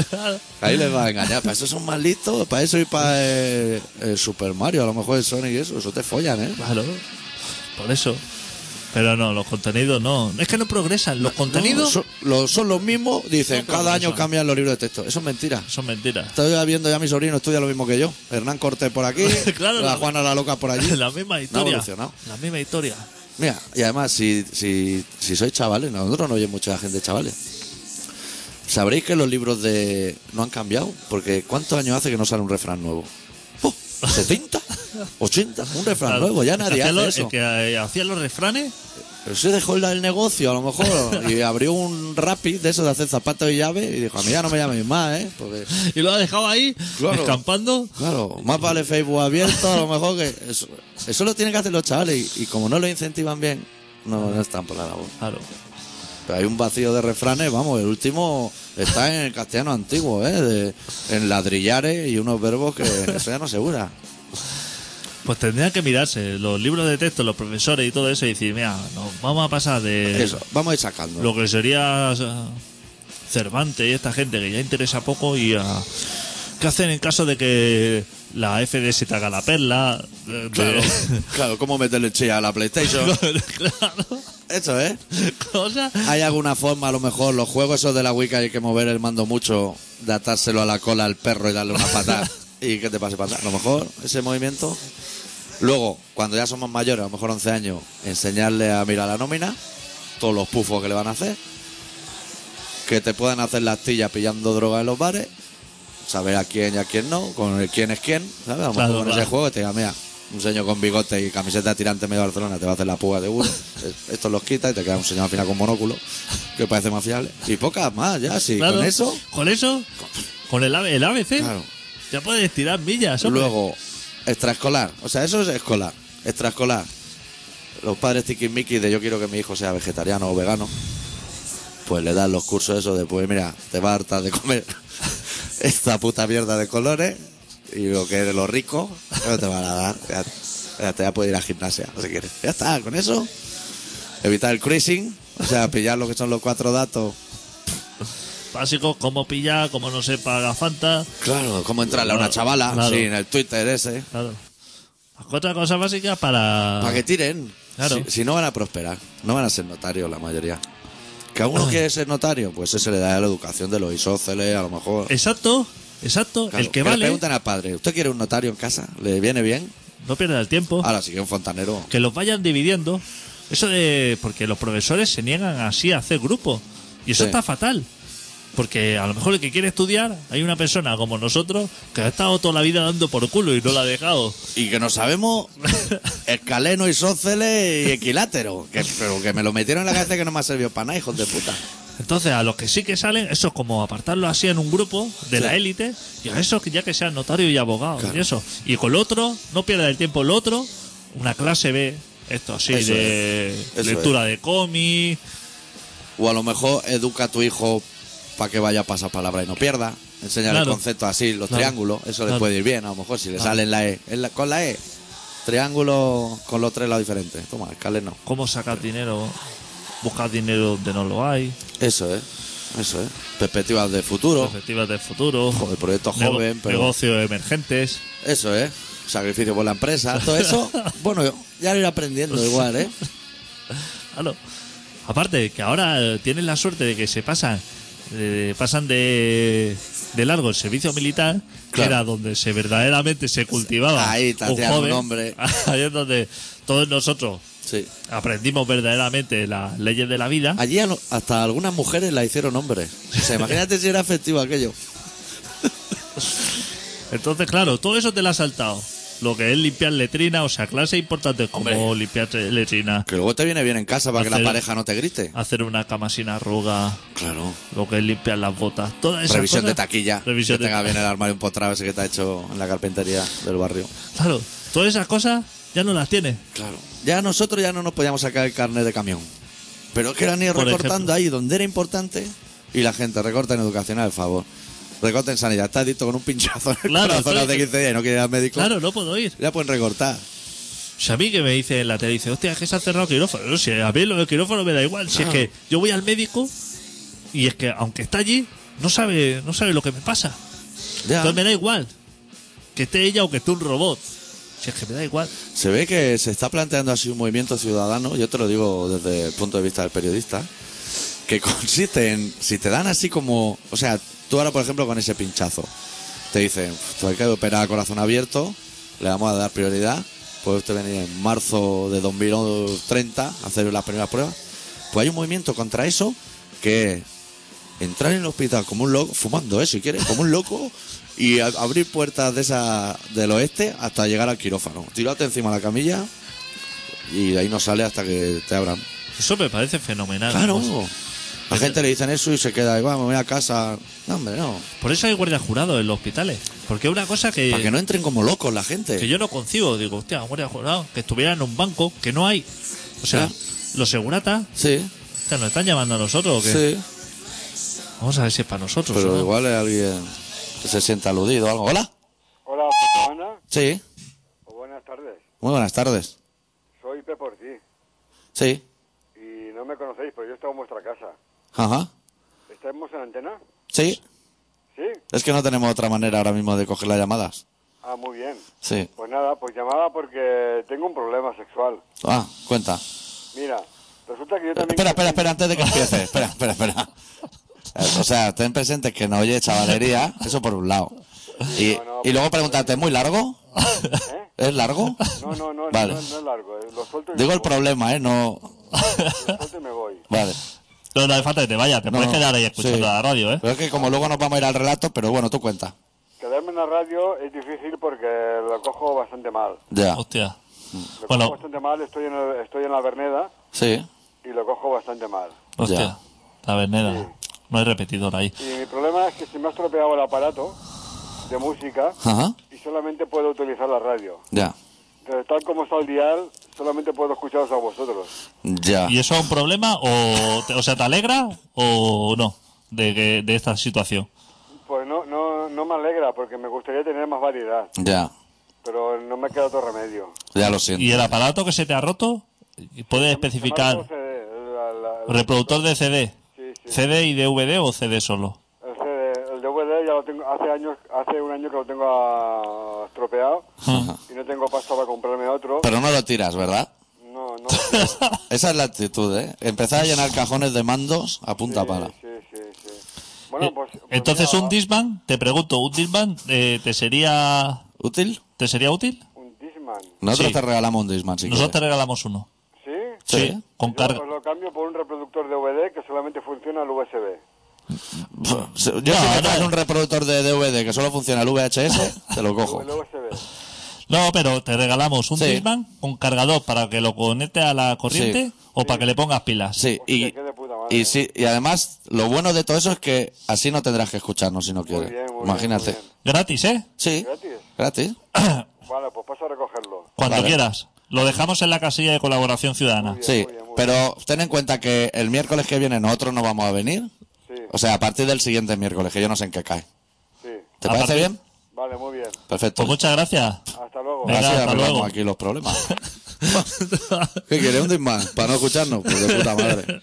Speaker 2: Claro.
Speaker 1: Ahí les va a engañar. Para eso son más listos, para eso y para eh, el Super Mario, a lo mejor el Sonic y eso, eso te follan, ¿eh?
Speaker 2: Claro. Por eso. Pero no, los contenidos no. Es que no progresan. Los
Speaker 1: No,
Speaker 2: contenidos
Speaker 1: son, lo- son los mismos, dicen,
Speaker 2: No, pero
Speaker 1: cada
Speaker 2: no
Speaker 1: año
Speaker 2: son.
Speaker 1: cambian los libros de texto. Eso es mentira.
Speaker 2: son mentiras.
Speaker 1: Estoy viendo ya a mi sobrino, estudia lo mismo que yo. Hernán Cortés por aquí,
Speaker 2: Claro,
Speaker 1: la
Speaker 2: la-
Speaker 1: Juana la Loca por allí.
Speaker 2: La
Speaker 1: No
Speaker 2: misma
Speaker 1: ha
Speaker 2: historia.
Speaker 1: evolucionado.
Speaker 2: la misma historia.
Speaker 1: Mira, y además, si, si, si sois chavales, nosotros no oye mucha gente chavales. Sabréis que los libros de no han cambiado, porque ¿cuántos años hace que no sale un refrán nuevo? ¡Oh! ¿70? ¿80? Un refrán
Speaker 2: Claro.
Speaker 1: nuevo, ya
Speaker 2: El que
Speaker 1: nadie
Speaker 2: hacía
Speaker 1: hace
Speaker 2: los-
Speaker 1: eso.
Speaker 2: el que eh, hacía los refranes
Speaker 1: Pero se dejó el del negocio, a lo mejor, y abrió un rapi de eso de hacer zapatos y llave, y dijo, a mí ya no me llaméis más, ¿eh? Porque
Speaker 2: y lo ha dejado ahí,
Speaker 1: Claro.
Speaker 2: escampando.
Speaker 1: Claro, más vale Facebook abierto, a lo mejor que. Eso, eso lo tienen que hacer los chavales y, y como no lo incentivan bien, no, no están por la labor.
Speaker 2: Claro.
Speaker 1: Pero hay un vacío de refranes, vamos, el último está en el castellano antiguo, ¿eh? De- en ladrillares y unos verbos que eso ya no se usa.
Speaker 2: Pues tendrían que mirarse los libros de texto, los profesores y todo eso y decir, mira, nos vamos a pasar de
Speaker 1: Eso, vamos a ir sacando.
Speaker 2: lo que sería o sea, Cervantes y esta gente que ya interesa poco y a... ¿Qué hacen en caso de que la FD se te haga la perla? Eh, De-
Speaker 1: Claro, claro, ¿cómo meterle chía a la PlayStation?
Speaker 2: claro.
Speaker 1: Eso ¿eh? es.
Speaker 2: Cosa.
Speaker 1: ¿Hay alguna forma, a lo mejor, los juegos esos de la Wicca hay que mover el mando mucho, de atárselo a la cola al perro y darle una patada y que te pase para atrás? A lo mejor ese movimiento. Luego, cuando ya somos mayores, a lo mejor 11 años, enseñarle a mirar la nómina, todos los pufos que le van a hacer, que te puedan hacer las tillas pillando droga en los bares, saber a quién y a quién no, con el quién es quién, ¿sabes? A lo mejor
Speaker 2: Claro,
Speaker 1: con
Speaker 2: claro.
Speaker 1: ese juego que te diga, mira, un señor con bigote y camiseta tirante medio Barcelona te va a hacer la puga de uno, Es- estos los quita y te queda un señor al final con monóculo, que parece más fiable. Y pocas más, ya, sí,
Speaker 2: Claro.
Speaker 1: con eso.
Speaker 2: Con eso. Con el, A- el ABC.
Speaker 1: Claro.
Speaker 2: Ya puedes tirar millas. hombre.
Speaker 1: Luego, extraescolar. O sea, eso es escolar. Extraescolar. Los padres tiquismiquis de yo quiero que mi hijo sea vegetariano o vegano, pues le dan los cursos esos de, pues mira, te va a hartar de comer esta puta mierda de colores y lo que eres lo rico, no te van a dar. Ya, ya te voy a poder ir a gimnasia, si quieres. Ya está, con eso. Evitar el cruising, o sea, pillar lo que son los cuatro datos.
Speaker 2: Básicos, cómo pillar, cómo no se paga Fanta.
Speaker 1: Claro, cómo entrarle a una
Speaker 2: Claro,
Speaker 1: chavala,
Speaker 2: claro.
Speaker 1: sí, en el Twitter ese.
Speaker 2: Claro. Otra cosa básica para.
Speaker 1: Para que tiren.
Speaker 2: Ah. Claro.
Speaker 1: Si, si no van a prosperar, no van a ser notarios la mayoría. Que a uno quiere ser notario, pues ese le da la educación de los isóceles, a lo mejor.
Speaker 2: Exacto, exacto.
Speaker 1: Claro,
Speaker 2: el que
Speaker 1: Le
Speaker 2: vale,
Speaker 1: preguntan al padre, ¿usted quiere un notario en casa? ¿Le viene bien?
Speaker 2: no pierda el tiempo.
Speaker 1: Ahora sí que un fontanero.
Speaker 2: Que los vayan dividiendo. Eso de. Porque los profesores se niegan así a hacer grupos. Y eso
Speaker 1: Sí.
Speaker 2: está fatal. Porque a lo mejor el que quiere estudiar, hay una persona como nosotros que ha estado toda la vida dando por culo y no la ha dejado.
Speaker 1: Y que no sabemos escaleno, isóceles y equilátero. Que, pero que me lo metieron en la cabeza que no me ha servido para nada, hijos de puta.
Speaker 2: Entonces, a los que sí que salen, eso es como apartarlo así en un grupo de
Speaker 1: Sí.
Speaker 2: la élite, y a esos que ya que sean notarios y abogados,
Speaker 1: Claro.
Speaker 2: y eso. Y con el otro, no pierda el tiempo el otro, una clase B, esto así,
Speaker 1: Eso
Speaker 2: de
Speaker 1: es, eso
Speaker 2: lectura de cómic,
Speaker 1: O a lo mejor educa a tu hijo para que vaya a pasar palabra y no pierda. Enseñale
Speaker 2: Claro.
Speaker 1: el concepto así, los
Speaker 2: Claro.
Speaker 1: triángulos. Eso
Speaker 2: Claro.
Speaker 1: le puede ir bien, a lo mejor, si le
Speaker 2: Claro.
Speaker 1: sale en la E. En la- con la E, triángulo con los tres lados diferentes. Toma, escale no.
Speaker 2: cómo sacar dinero, buscar dinero donde no lo hay,
Speaker 1: Eso es, eso eh. es. Perspectivas de futuro.
Speaker 2: perspectivas del futuro,
Speaker 1: Oh. Joder, proyecto
Speaker 2: nego-
Speaker 1: joven, pero-
Speaker 2: negocios emergentes.
Speaker 1: Eso es. Sacrificio por la empresa. Todo eso, bueno, ya lo iré aprendiendo igual, ¿eh?
Speaker 2: Claro. Aparte, que ahora eh, tienen la suerte de que se pasan eh, pasan de, de largo el servicio militar, que
Speaker 1: Claro.
Speaker 2: era donde se verdaderamente se cultivaba.
Speaker 1: Ahí
Speaker 2: un
Speaker 1: tatean un
Speaker 2: joven.
Speaker 1: hombre.
Speaker 2: Ahí es donde todos nosotros
Speaker 1: Sí.
Speaker 2: aprendimos verdaderamente las leyes de la vida.
Speaker 1: Allí a lo- hasta algunas mujeres la hicieron hombres. O sea, imagínate si era efectivo aquello.
Speaker 2: Entonces, claro, todo eso te lo has saltado. Lo que es limpiar letrina, o sea, clases importantes como
Speaker 1: Hombre.
Speaker 2: limpiar tre- letrina,
Speaker 1: Que luego te viene bien en casa para que la
Speaker 2: Hacer- Ah.
Speaker 1: pareja no te grite.
Speaker 2: hacer una cama sin arruga,
Speaker 1: Claro.
Speaker 2: lo que es limpiar las botas, todas esas
Speaker 1: Revisión
Speaker 2: cosas.
Speaker 1: de taquilla.
Speaker 2: Revisión
Speaker 1: que
Speaker 2: de
Speaker 1: tenga bien el armario empotrado ese que te ha hecho en la carpintería del barrio.
Speaker 2: Claro, todas esas cosas ya no las tienes.
Speaker 1: Claro. Ya nosotros ya no nos podíamos sacar el carnet de camión. Pero es que eran ir
Speaker 2: Por
Speaker 1: recortando ahí donde era importante y la gente recorta en educación, al favor. Recorta en sanidad. Está adicto con un pinchazo en el
Speaker 2: Claro,
Speaker 1: corazón
Speaker 2: sí.
Speaker 1: hace 15 días y no quiere ir al médico.
Speaker 2: Claro, no puedo ir.
Speaker 1: Ya pueden recortar.
Speaker 2: O sea, a mí que me dice en la tele, dice, hostia, es que se ha cerrado el quirófano. No, si a mí lo del quirófano me da igual. Si es que yo voy al médico y es que aunque está allí, no sabe, no sabe lo que me pasa.
Speaker 1: Ya.
Speaker 2: Entonces me da igual. Que esté ella o que esté un robot. Si es que me da igual.
Speaker 1: Se ve que se está planteando así un movimiento ciudadano, yo te lo digo desde el punto de vista del periodista, que consiste en, si te dan así como, o sea, tú ahora por ejemplo con ese pinchazo, te dicen, tú hay que operar a corazón abierto, le vamos a dar prioridad, puede usted venir en marzo de 2030 a hacer las primeras pruebas, pues hay un movimiento contra eso que es entrar en el hospital como un loco, fumando, ¿eh? Si quieres, como un loco, y a- abrir puertas de esa, del oeste hasta llegar al quirófano. Tírate encima de la camilla y de ahí no sale hasta que te abran.
Speaker 2: Eso me parece fenomenal.
Speaker 1: Claro.
Speaker 2: Pues,
Speaker 1: La gente le dicen eso y se queda, y vamos, voy a casa. No, hombre, no.
Speaker 2: Por eso hay guardias jurados en los hospitales. Porque es una cosa que,
Speaker 1: Para que no entren como locos la
Speaker 2: que
Speaker 1: gente.
Speaker 2: yo no concibo. Digo, hostia, un guardia jurado que estuviera en un banco que no hay. O sea,
Speaker 1: Claro.
Speaker 2: los seguratas
Speaker 1: Sí,
Speaker 2: hostia, nos están llamando a nosotros. ¿o qué?
Speaker 1: sí.
Speaker 2: Vamos a ver si es para nosotros. ¿o
Speaker 1: Pero
Speaker 2: no?
Speaker 1: igual es alguien que se sienta aludido o algo. Hola.
Speaker 3: Hola, pues, Ana.
Speaker 1: Sí.
Speaker 3: Pues, buenas tardes.
Speaker 1: Muy buenas tardes.
Speaker 3: Soy Pepe Ortiz
Speaker 1: Sí.
Speaker 3: y no me conocéis, pero yo estaba en vuestra casa.
Speaker 1: Ajá.
Speaker 3: ¿Estamos en antena?
Speaker 1: Sí.
Speaker 3: ¿Sí?
Speaker 1: Es que no tenemos otra manera ahora mismo de coger las llamadas.
Speaker 3: Ah, muy bien.
Speaker 1: Sí.
Speaker 3: Pues nada, pues llamaba porque tengo un problema sexual.
Speaker 1: Ah, cuenta.
Speaker 3: Mira, Resulta que yo también.
Speaker 1: Espera, espera, espera, antes de que empiece. Espera, espera, espera. O sea, ten presentes que no oye chavalería, eso por un lado. Y,
Speaker 3: No, no,
Speaker 1: y luego preguntarte, ¿es muy largo?
Speaker 3: ¿Eh?
Speaker 1: ¿Es largo?
Speaker 3: No, no, no,
Speaker 1: Vale.
Speaker 3: no, no es largo. eh, Lo suelto y
Speaker 1: Digo
Speaker 3: me
Speaker 1: el
Speaker 3: voy,
Speaker 1: problema, ¿eh? No.
Speaker 3: lo suelto y me voy.
Speaker 1: Vale.
Speaker 2: No, no hace falta que te vayas, te
Speaker 1: No,
Speaker 2: puedes
Speaker 1: no.
Speaker 2: quedar ahí escuchando
Speaker 1: Sí.
Speaker 2: la radio, ¿eh?
Speaker 1: Pero es que como luego nos vamos a ir al relato, pero bueno, tú cuenta.
Speaker 3: Quedarme en la radio es difícil porque lo cojo bastante mal.
Speaker 1: Ya.
Speaker 2: Hostia.
Speaker 1: Mm.
Speaker 3: Lo
Speaker 2: Bueno.
Speaker 3: cojo bastante mal, estoy en, el- estoy en la Berneda
Speaker 1: Sí.
Speaker 3: y lo cojo bastante mal.
Speaker 2: Hostia. La venera. No hay repetidor ahí.
Speaker 3: Y mi problema es que se me ha estropeado el aparato de música
Speaker 1: Ajá.
Speaker 3: y solamente puedo utilizar la radio.
Speaker 1: Ya.
Speaker 3: Entonces, tal como está el dial, solamente puedo escucharos a vosotros.
Speaker 1: Ya.
Speaker 2: ¿Y eso es un problema? O, te- o sea, ¿te alegra o no de, que- de esta situación?
Speaker 3: Pues no, no, no me alegra porque me gustaría tener más variedad,
Speaker 1: Ya.
Speaker 3: pero no me queda otro remedio.
Speaker 1: Ya lo siento.
Speaker 2: ¿Y el aparato que se te ha roto? ¿Puedes especificar
Speaker 3: Se me ha roto el CD, la- la- la-
Speaker 2: reproductor de CD?
Speaker 3: Sí, sí.
Speaker 2: ¿CD y DVD o CD solo?
Speaker 3: El, CD, el DVD ya lo tengo hace años, hace un año que lo tengo ah, estropeado y no tengo pasta para comprarme otro.
Speaker 1: Pero no lo tiras, ¿verdad?
Speaker 3: No, no. lo tengo.
Speaker 1: Esa es la actitud, ¿eh? Empezar a llenar cajones de mandos a punta pala.
Speaker 3: Sí, sí, sí, sí. Bueno, pues, pues
Speaker 2: Eh, Entonces,
Speaker 3: mira,
Speaker 2: un Disman, te pregunto, ¿un Disman eh, te sería
Speaker 1: ¿Útil?
Speaker 2: te sería útil?
Speaker 3: un Disman,
Speaker 1: Nosotros
Speaker 2: Sí.
Speaker 1: te regalamos un Disman, si
Speaker 2: Nosotros te
Speaker 1: quieres.
Speaker 2: regalamos uno.
Speaker 3: ¿sí?
Speaker 2: Sí,
Speaker 1: Sí.
Speaker 2: con
Speaker 3: Yo
Speaker 2: carga.
Speaker 3: os lo cambio por un reproductor de DVD que solamente funciona el USB.
Speaker 1: Yo si
Speaker 2: No,
Speaker 1: me
Speaker 2: no.
Speaker 1: traes un reproductor de DVD que solo funciona el VHS, te lo cojo.
Speaker 3: El USB.
Speaker 2: No, pero te regalamos un
Speaker 1: Sí.
Speaker 2: Disman con cargador para que lo conectes a la corriente
Speaker 1: Sí.
Speaker 2: o para que le pongas pilas.
Speaker 1: Sí, y,
Speaker 3: Hostia, qué de puta madre.
Speaker 1: y, sí, y además, lo bueno de todo eso es que así no tendrás que escucharnos si no
Speaker 3: Muy
Speaker 1: quieres.
Speaker 3: bien, muy bien,
Speaker 1: Imagínate.
Speaker 3: muy bien.
Speaker 2: Gratis, ¿eh?
Speaker 1: Sí,
Speaker 3: ¿Gratis?
Speaker 1: gratis.
Speaker 3: Vale, pues paso a recogerlo.
Speaker 2: Cuando
Speaker 1: Vale.
Speaker 2: quieras. Lo dejamos en la casilla de colaboración ciudadana.
Speaker 3: Muy bien,
Speaker 1: Sí,
Speaker 3: muy bien.
Speaker 1: pero ten en cuenta que el miércoles que viene nosotros no vamos a venir.
Speaker 3: Sí,
Speaker 1: O sea, a partir del siguiente miércoles, que yo no sé en qué cae.
Speaker 3: sí.
Speaker 1: ¿Te
Speaker 2: A
Speaker 1: parece
Speaker 2: partir-
Speaker 1: bien?
Speaker 3: Vale, muy bien.
Speaker 1: Perfecto.
Speaker 2: Pues muchas gracias.
Speaker 3: Hasta luego.
Speaker 2: Venga,
Speaker 1: Así
Speaker 2: hasta
Speaker 1: arreglamos
Speaker 2: luego.
Speaker 1: aquí los problemas. ¿Qué quieres? ¿Un Disman? ¿Para no escucharnos? Pues de puta madre.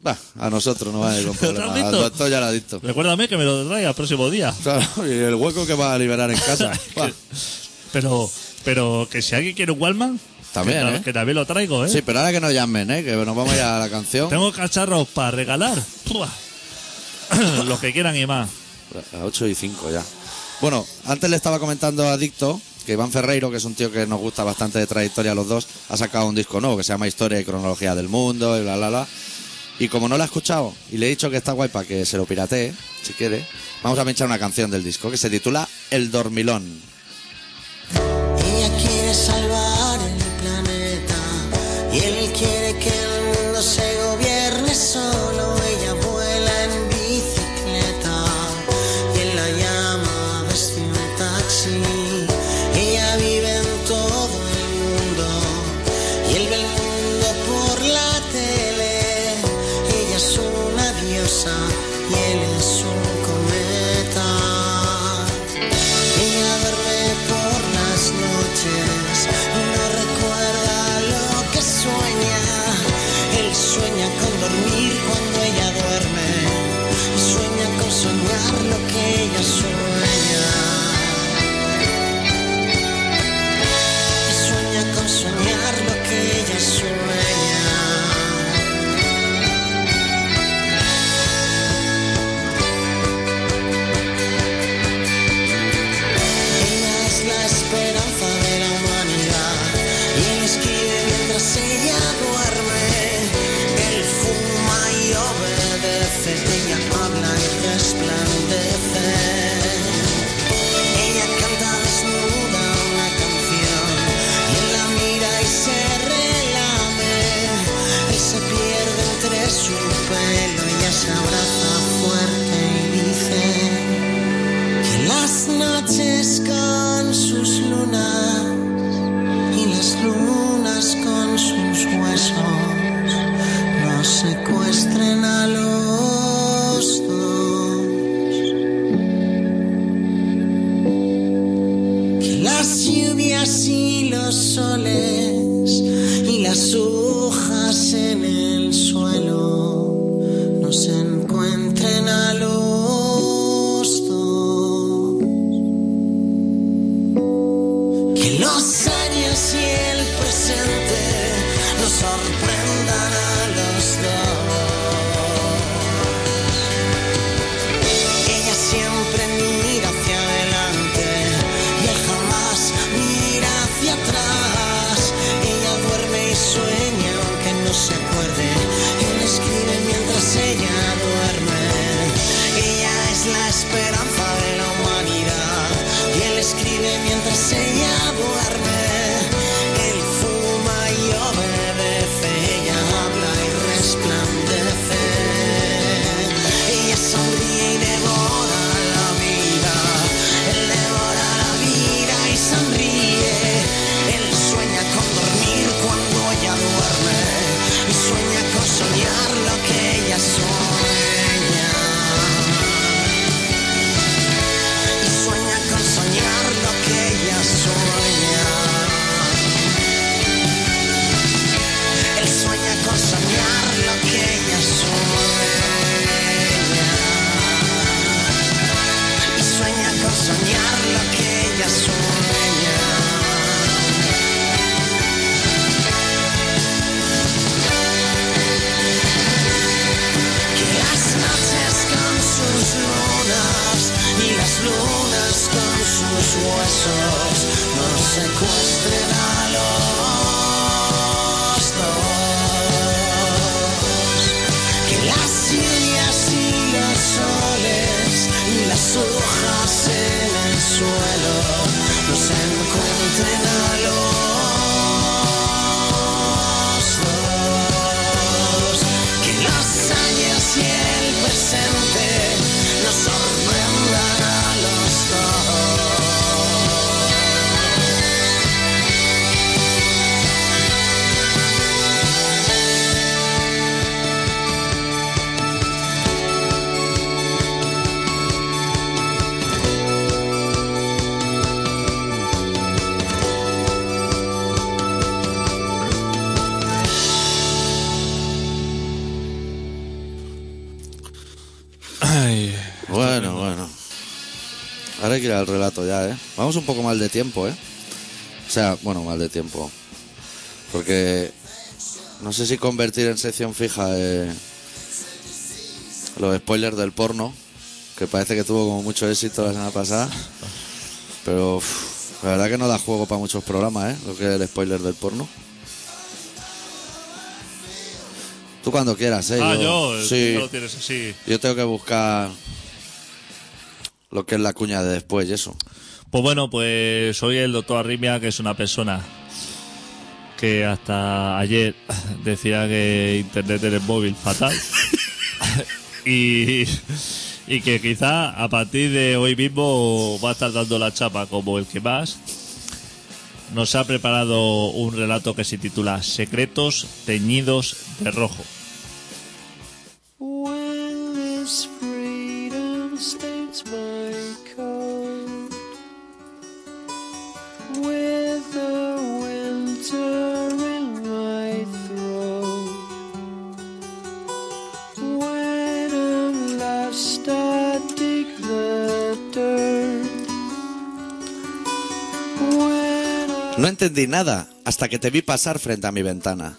Speaker 1: Nah, a nosotros no va a ir con
Speaker 2: ¿Lo has
Speaker 1: problemas. Al
Speaker 2: visto?
Speaker 1: doctor ya lo ha visto.
Speaker 2: Recuérdame que me lo traiga el próximo día.
Speaker 1: Claro, y el hueco que va a liberar en casa. Va.
Speaker 2: Pero, pero que si alguien quiere un Wallman,
Speaker 1: También,
Speaker 2: que, ta-
Speaker 1: ¿eh?
Speaker 2: que también lo traigo, ¿eh?
Speaker 1: Sí, pero ahora que nos llamen, ¿eh? que nos vamos a ir a la canción.
Speaker 2: Tengo cacharros para regalar. Pua. Los que quieran y más.
Speaker 1: A 8 y 5 ya. Bueno, antes le estaba comentando a Adicto que Iván Ferreiro, que es un tío que nos gusta bastante de trayectoria a los dos, ha sacado un disco nuevo que se llama Historia y Cronología del Mundo y bla, bla, bla. Y como no lo ha escuchado y le he dicho que está guay para que se lo piratee, si quiere, vamos a pinchar una canción del disco que se titula El Dormilón.
Speaker 4: Ella quiere salvar el planeta y él quiere que el mundo se gobierne solo. Ella vuela en bicicleta y él la llama vestido en taxi. Ella vive en todo el mundo y él ve el mundo por la tele. Ella es una diosa y él es un cometa. Ella duerme por las noches, no recuerda lo que sueña. Él sueña con dormir cuando ella duerme, y sueña con soñar lo que ella sueña. Y sueña con soñar lo que ella sueña. Ella es la esperanza de la humanidad y él escribe mientras ella duerme. Él fuma y obedece, ella habla y resplandece. Ella canta desnuda una canción y él la mira y se relame. Él se pierde entre su pelo, ella se abraza fuerte y dice que las noches con sus lunas y las lunas con sus huesos nos secuestren a los dos. Que las lluvias y los soles y las hojas en el suelo nos encuentren a los dos. Que los años y el presente nos sorprendan a lunas con sus huesos nos secuestren a los dos. Que las sillas y los soles y las hojas en el suelo nos encuentren a los dos. Que las años y el presente nos sorprendan a los dos.
Speaker 2: Ay,
Speaker 1: Bueno, bueno. Ahora hay que ir al relato ya, ¿eh? Vamos un poco mal de tiempo, ¿eh? O sea, bueno, mal de tiempo. Porque no sé si convertir en sección fija eh, los spoilers del porno, que parece que tuvo como mucho éxito la semana pasada. Pero uf, la verdad que no da juego para muchos programas, ¿eh? Lo que es el spoiler del porno. Tú cuando quieras, ¿eh?
Speaker 2: ah, yo, tú
Speaker 1: sí.
Speaker 2: ya lo tienes así.
Speaker 1: Yo tengo que buscar lo que es la cuña de después y eso.
Speaker 2: Pues bueno, pues soy el doctor Arrimia, que es una persona que hasta ayer decía que Internet en el móvil fatal. y, y que quizá a partir de hoy mismo va a estar dando la chapa como el que más. Nos ha preparado un relato que se titula Secretos teñidos de rojo.
Speaker 5: When this freedom stains my coat with the winter in my throat, when I'm lost, I dig the dirt. When I
Speaker 1: No entendí nada hasta que te vi pasar frente a mi ventana,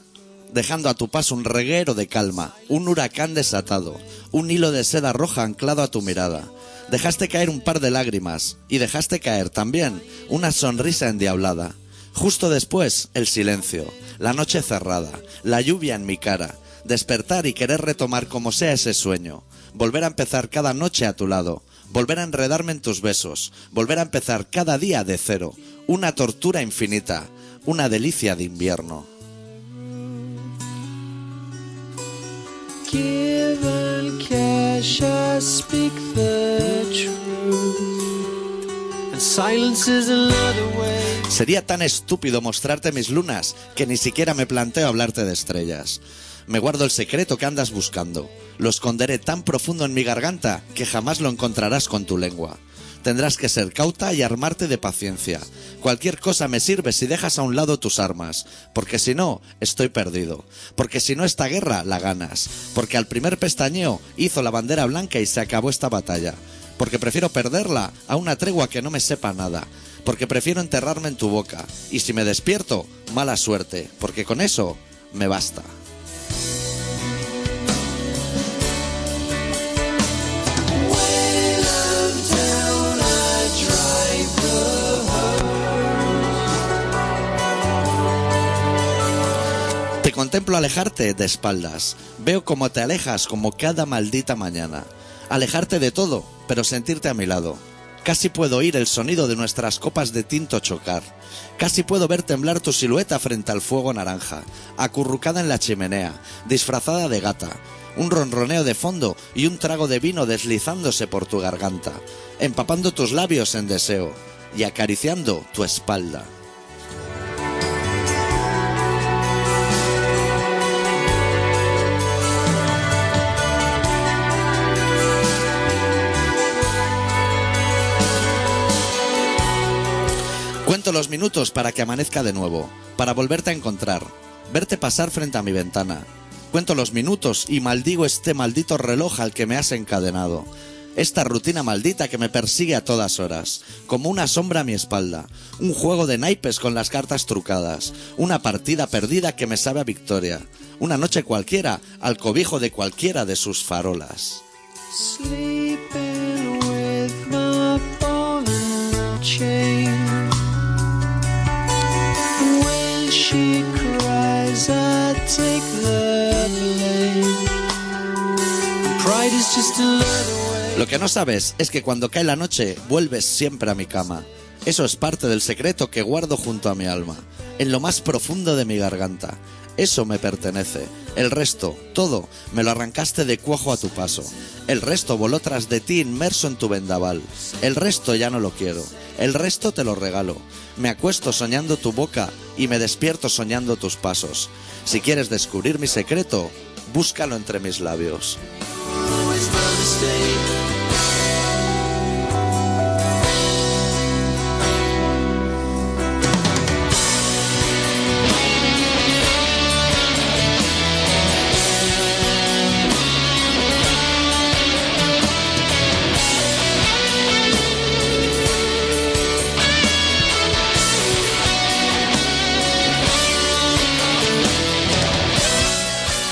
Speaker 1: dejando a tu paso un reguero de calma, un huracán desatado, un hilo de seda roja anclado a tu mirada. Dejaste caer un par de lágrimas y dejaste caer también una sonrisa endiablada. Justo después, el silencio, la noche cerrada, la lluvia en mi cara, despertar y querer retomar como sea ese sueño, volver a empezar cada noche a tu lado, volver a enredarme en tus besos, volver a empezar cada día de cero, una tortura infinita, una delicia de invierno.
Speaker 5: give and cash, I speak the truth. And silence is another way.
Speaker 1: Sería tan estúpido mostrarte mis lunas que ni siquiera me planteo hablarte de estrellas. Me guardo el secreto que andas buscando. Lo esconderé tan profundo en mi garganta que jamás lo encontrarás con tu lengua. Tendrás que ser cauta y armarte de paciencia. Cualquier cosa me sirve si dejas a un lado tus armas, porque si no, estoy perdido. Porque si no, esta guerra la ganas. Porque al primer pestañeo hizo la bandera blanca y se acabó esta batalla porque prefiero perderla a una tregua que no me sepa nada, porque prefiero enterrarme en tu boca, y si me despierto, mala suerte, porque con eso me basta. Te contemplo alejarte de espaldas. Veo cómo te alejas como cada maldita mañana. Alejarte de todo, pero sentirte a mi lado. Casi puedo oír el sonido de nuestras copas de tinto chocar. Casi puedo ver temblar tu silueta frente al fuego naranja, acurrucada en la chimenea, disfrazada de gata. Un ronroneo de fondo y un trago de vino deslizándose por tu garganta, empapando tus labios en deseo y acariciando tu espalda. Cuento los minutos para que amanezca de nuevo, para volverte a encontrar, verte pasar frente a mi ventana. Cuento los minutos y maldigo este maldito reloj al que me has encadenado. Esta rutina maldita que me persigue a todas horas, como una sombra a mi espalda, un juego de naipes con las cartas trucadas, una partida perdida que me sabe a victoria, una noche cualquiera al cobijo de cualquiera de sus farolas.
Speaker 5: Sleeping with my just another way.
Speaker 1: Lo que no sabes es que cuando cae la noche vuelves siempre a mi cama. Eso es parte del secreto que guardo junto a mi alma, en lo más profundo de mi garganta. Eso me pertenece. El resto, todo, me lo arrancaste de cuajo a tu paso. El resto voló tras de ti inmerso en tu vendaval. El resto ya no lo quiero. El resto te lo regalo. Me acuesto soñando tu boca y me despierto soñando tus pasos. Si quieres descubrir mi secreto, búscalo entre mis labios.
Speaker 5: Always my mistake.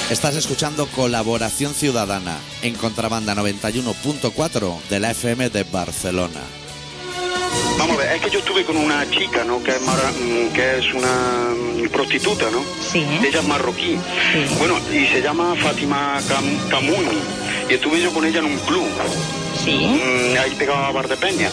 Speaker 1: Estás escuchando Colaboración Ciudadana en Contrabanda 91.4 de la FM de Barcelona.
Speaker 6: Vamos a ver, es que yo estuve con una chica, ¿no? Que es, mara- mm, que es una mm, prostituta, ¿no?
Speaker 7: Sí.
Speaker 6: Ella es marroquí.
Speaker 7: Sí.
Speaker 6: Bueno, y se llama Fátima Cam- Camuni. Y estuve yo con ella en un club,
Speaker 7: Sí.
Speaker 6: mm, ahí pegado a Bar de Peña.
Speaker 7: ¿Eh?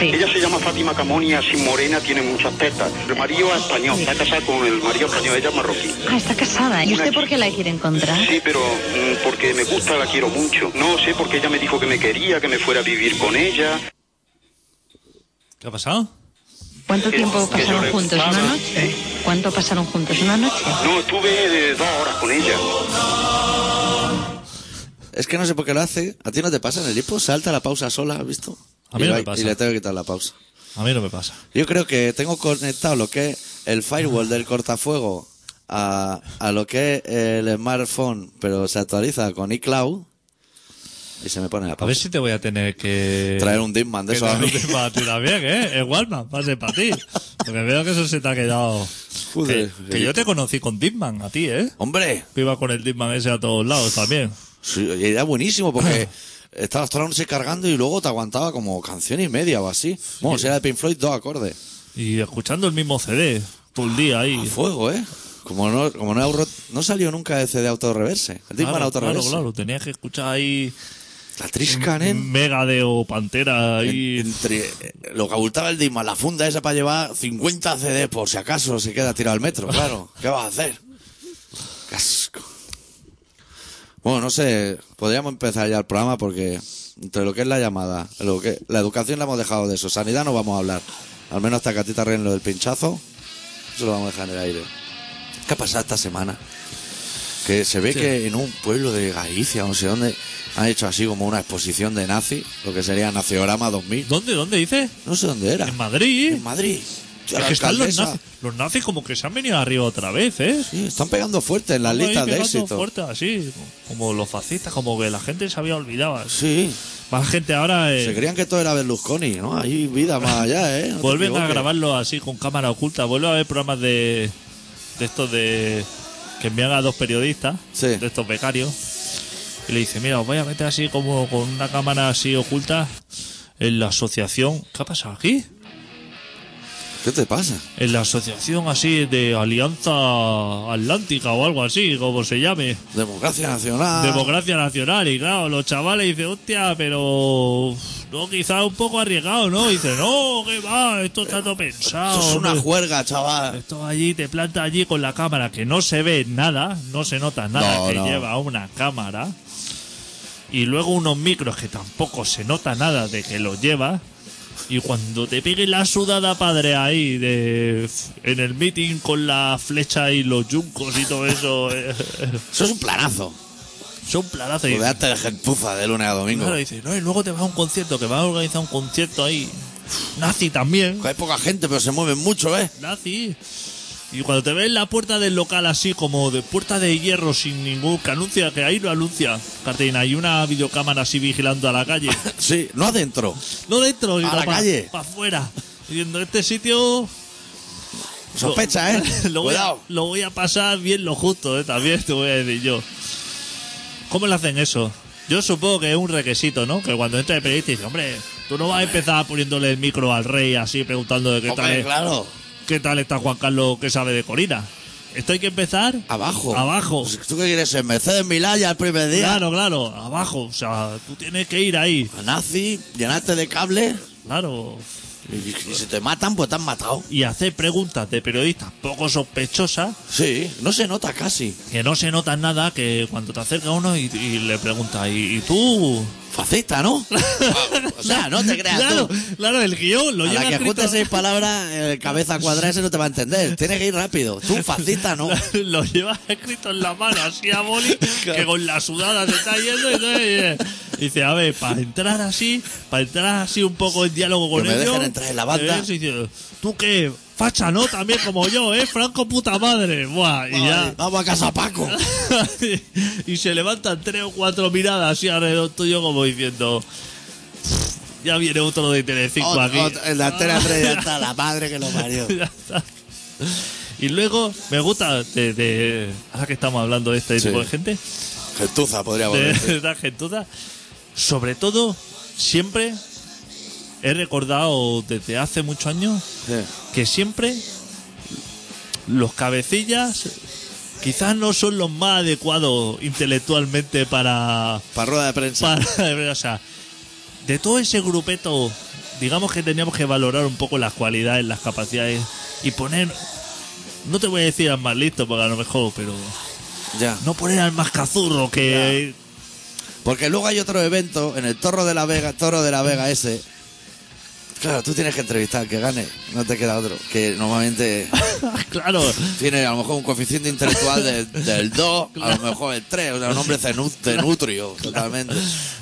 Speaker 7: Sí.
Speaker 6: Ella se llama Fátima Camuni, así morena, tiene muchas tetas. El marido es español, está casada con el marido español, ella es marroquí.
Speaker 7: Ah, está casada. ¿Y usted por qué la quiere encontrar?
Speaker 6: Sí, pero mm, porque me gusta, la quiero mucho. No sé, porque ella me dijo que me quería, que me fuera a vivir con ella.
Speaker 2: ¿Qué ha pasado?
Speaker 7: ¿Cuánto
Speaker 6: Que-
Speaker 7: tiempo
Speaker 6: que yo
Speaker 7: pasaron
Speaker 6: le-
Speaker 7: juntos? ¿Una
Speaker 6: Ah,
Speaker 7: noche?
Speaker 6: ¿eh?
Speaker 7: ¿Cuánto pasaron juntos? ¿Una noche?
Speaker 6: No, estuve eh, dos horas con ella.
Speaker 1: Es que no sé por qué lo hace. ¿A ti no te pasa en el hipo? Salta la pausa sola, ¿has visto?
Speaker 2: A mí
Speaker 1: y
Speaker 2: no
Speaker 1: lo-
Speaker 2: me pasa.
Speaker 1: Y le tengo que quitar la pausa.
Speaker 2: A mí no me pasa.
Speaker 1: Yo creo que tengo conectado lo que es el firewall del cortafuego a, a lo que es el smartphone, pero se actualiza con iCloud y se me pone la
Speaker 2: A ver
Speaker 1: pausa.
Speaker 2: si te voy a tener que...
Speaker 1: Traer un Disman de
Speaker 2: que
Speaker 1: eso a mí.
Speaker 2: traer un tema a ti también, ¿eh? Es Walkman, pase para ti. Porque veo que eso se te ha quedado...
Speaker 1: Joder.
Speaker 2: que, que yo te conocí con Disman, a ti, ¿eh?
Speaker 1: ¡Hombre!
Speaker 2: Que iba con el Disman ese a todos lados también.
Speaker 1: Sí, y era buenísimo porque estabas toda la noche cargando y luego te aguantaba como canción y media o así. Bueno, si era de Pink Floyd, dos acordes.
Speaker 2: Y escuchando el mismo CD todo el día ahí.
Speaker 1: A fuego, ¿eh? Como no, como no, ahorro- no salió nunca de CD autorreverse. El Disman
Speaker 2: claro, claro,
Speaker 1: autorreverse.
Speaker 2: claro, tenías que escuchar ahí
Speaker 1: La Triscan, ¿eh?
Speaker 2: Megade o Pantera ahí.
Speaker 1: En- entre eh, lo que abultaba el Disman, la funda esa para llevar 50 CD por si acaso se queda tirado al metro, claro. ¿Qué vas a hacer? Casco. Bueno, no sé, podríamos empezar ya el programa porque entre lo que es la llamada, lo que la educación la hemos dejado de eso, sanidad no vamos a hablar. Al menos hasta que a ti te arreglen lo del pinchazo, eso lo vamos a dejar en el aire. ¿Qué ha pasado esta semana? Que se ve que en un pueblo de Galicia, no sé dónde, han hecho así como una exposición de nazi, lo que sería Naciorama 2000.
Speaker 2: ¿Dónde, dónde dices?
Speaker 1: No sé dónde era.
Speaker 2: En Madrid.
Speaker 1: En Madrid. Tío,
Speaker 2: Es
Speaker 1: la
Speaker 2: que están los
Speaker 1: alcaldesa.
Speaker 2: nazis. Los nazis como que se han venido arriba otra vez, ¿eh?
Speaker 1: Sí, están pegando fuerte en las
Speaker 2: Ahí
Speaker 1: listas de
Speaker 2: pegando
Speaker 1: éxito.
Speaker 2: fuerte, así, como los fascistas, como que la gente se había olvidado.
Speaker 1: Sí,
Speaker 2: Más gente ahora eh,
Speaker 1: se creían que todo era Berlusconi, ¿no? Hay vida más allá, ¿eh? No te
Speaker 2: vuelven a
Speaker 1: equivoques.
Speaker 2: grabarlo así con cámara oculta. Vuelve a haber programas de, de estos de que envían a dos periodistas,
Speaker 1: Sí.
Speaker 2: de estos becarios, y le dice, mira, os voy a meter así como con una cámara así oculta en la asociación. ¿Qué ha pasado aquí?
Speaker 1: ¿Qué te pasa?
Speaker 2: en la asociación así de Alianza Atlántica o algo así, como se llame.
Speaker 1: Democracia Nacional.
Speaker 2: Democracia Nacional. Y claro, los chavales dicen, hostia, pero. uf, No, quizás un poco arriesgado, ¿no? Y dice, no, que va, esto está todo pensado.
Speaker 1: Esto es una
Speaker 2: hombre.
Speaker 1: juerga, chaval.
Speaker 2: Esto allí te planta allí con la cámara que no se ve nada, no se nota nada
Speaker 1: No,
Speaker 2: que
Speaker 1: no.
Speaker 2: lleva una cámara. Y luego unos micros que tampoco se nota nada de que los lleva. Y cuando te pegue la sudada padre ahí de en el meeting con la flecha y los yuncos y todo eso, eh,
Speaker 1: Eso es un planazo.
Speaker 2: son planazos. Y,
Speaker 1: Lo de arte de gentuza de lunes a domingo.
Speaker 2: claro, dice, no, y luego te vas a un concierto, que vas a organizar un concierto ahí, nazi también.
Speaker 1: Hay poca gente, pero se mueven mucho, ¿eh?
Speaker 2: nazi. Ah, Y cuando te ves en la puerta del local así, como de puerta de hierro sin ningún... Que anuncia, que ahí lo anuncia, Cartagena. Hay una videocámara así vigilando a la calle.
Speaker 1: Sí, no adentro.
Speaker 2: No dentro, sino
Speaker 1: A la
Speaker 2: pa-
Speaker 1: calle.
Speaker 2: Pa afuera. Diciendo, este sitio...
Speaker 1: Sospecha, ¿eh?
Speaker 2: Lo voy, a,
Speaker 1: Cuidado.
Speaker 2: lo voy a pasar bien lo justo, ¿eh? También te voy a decir yo. ¿Cómo le hacen eso? Yo supongo que es un requisito, ¿no? Que cuando entra el periodista dice, hombre, tú no vas a empezar poniéndole el micro al rey así, preguntando de qué tal
Speaker 1: Hombre,
Speaker 2: es-
Speaker 1: claro.
Speaker 2: ¿Qué tal está Juan Carlos que sabe de Corina? Esto hay que empezar.
Speaker 1: Abajo.
Speaker 2: Abajo.
Speaker 1: ¿Tú qué quieres ser? Mercedes Milá ya el primer día.
Speaker 2: Claro, claro, abajo. O sea, tú tienes que ir ahí.
Speaker 1: Nazi, llenarte de cable.
Speaker 2: Claro.
Speaker 1: Y, y si te matan, pues te han matado.
Speaker 2: Y hacer preguntas de periodistas poco sospechosas
Speaker 1: Sí, no se nota casi.
Speaker 2: que no se notan nada que cuando te acerca uno y, y le pregunta, ¿y, y tú?
Speaker 1: Faceta, ¿no? o sea, no te creas
Speaker 2: Claro,
Speaker 1: tú.
Speaker 2: claro, el guión lo
Speaker 1: A
Speaker 2: lleva
Speaker 1: la que
Speaker 2: escrito-
Speaker 1: ajuste seis palabras, el cabeza cuadrada ese no te va a entender. Tienes que ir rápido. Tú, faceta, ¿no?
Speaker 2: lo lleva escrito en la mano así a boli que con la sudada se está yendo y entonces, eh, dice a ver para entrar así para entrar así un poco en diálogo con
Speaker 1: Que me
Speaker 2: ellos
Speaker 1: dejen entrar en la banda.
Speaker 2: eh, sí, dice, tú qué facha no también como yo eh Franco puta madre Buah, y ya
Speaker 1: Vamos a casa, Paco.
Speaker 2: y se levantan tres o cuatro miradas así alrededor tuyo como diciendo ya viene otro de Telecinco
Speaker 1: Ot-
Speaker 2: aquí
Speaker 1: ot- en la antena 3 ya está la madre que lo parió.
Speaker 2: Ya está. Y luego me gusta, de, de- ahora que estamos hablando de este
Speaker 1: Sí.
Speaker 2: tipo de gente,
Speaker 1: Gentuza, podríamos
Speaker 2: de,
Speaker 1: decir.
Speaker 2: de la gentuza, sobre todo, siempre he recordado desde hace muchos años
Speaker 1: Sí.
Speaker 2: que siempre los cabecillas quizás no son los más adecuados intelectualmente para,
Speaker 1: Para rueda de prensa.
Speaker 2: para- o sea, de todo ese grupeto, digamos que teníamos que valorar un poco las cualidades, las capacidades y poner. No te voy a decir al más listo, porque a lo mejor, pero.
Speaker 1: Ya.
Speaker 2: No poner al más cazurro que.
Speaker 1: Porque luego hay otro evento en el Toro de la Vega, Toro de la Vega ese. Claro, tú tienes que entrevistar al que gane, no te queda otro. Que normalmente
Speaker 2: claro.
Speaker 1: tiene a lo mejor un coeficiente intelectual de- del 2, a lo mejor el 3, o sea, un hombre cenu- tenutrio totalmente.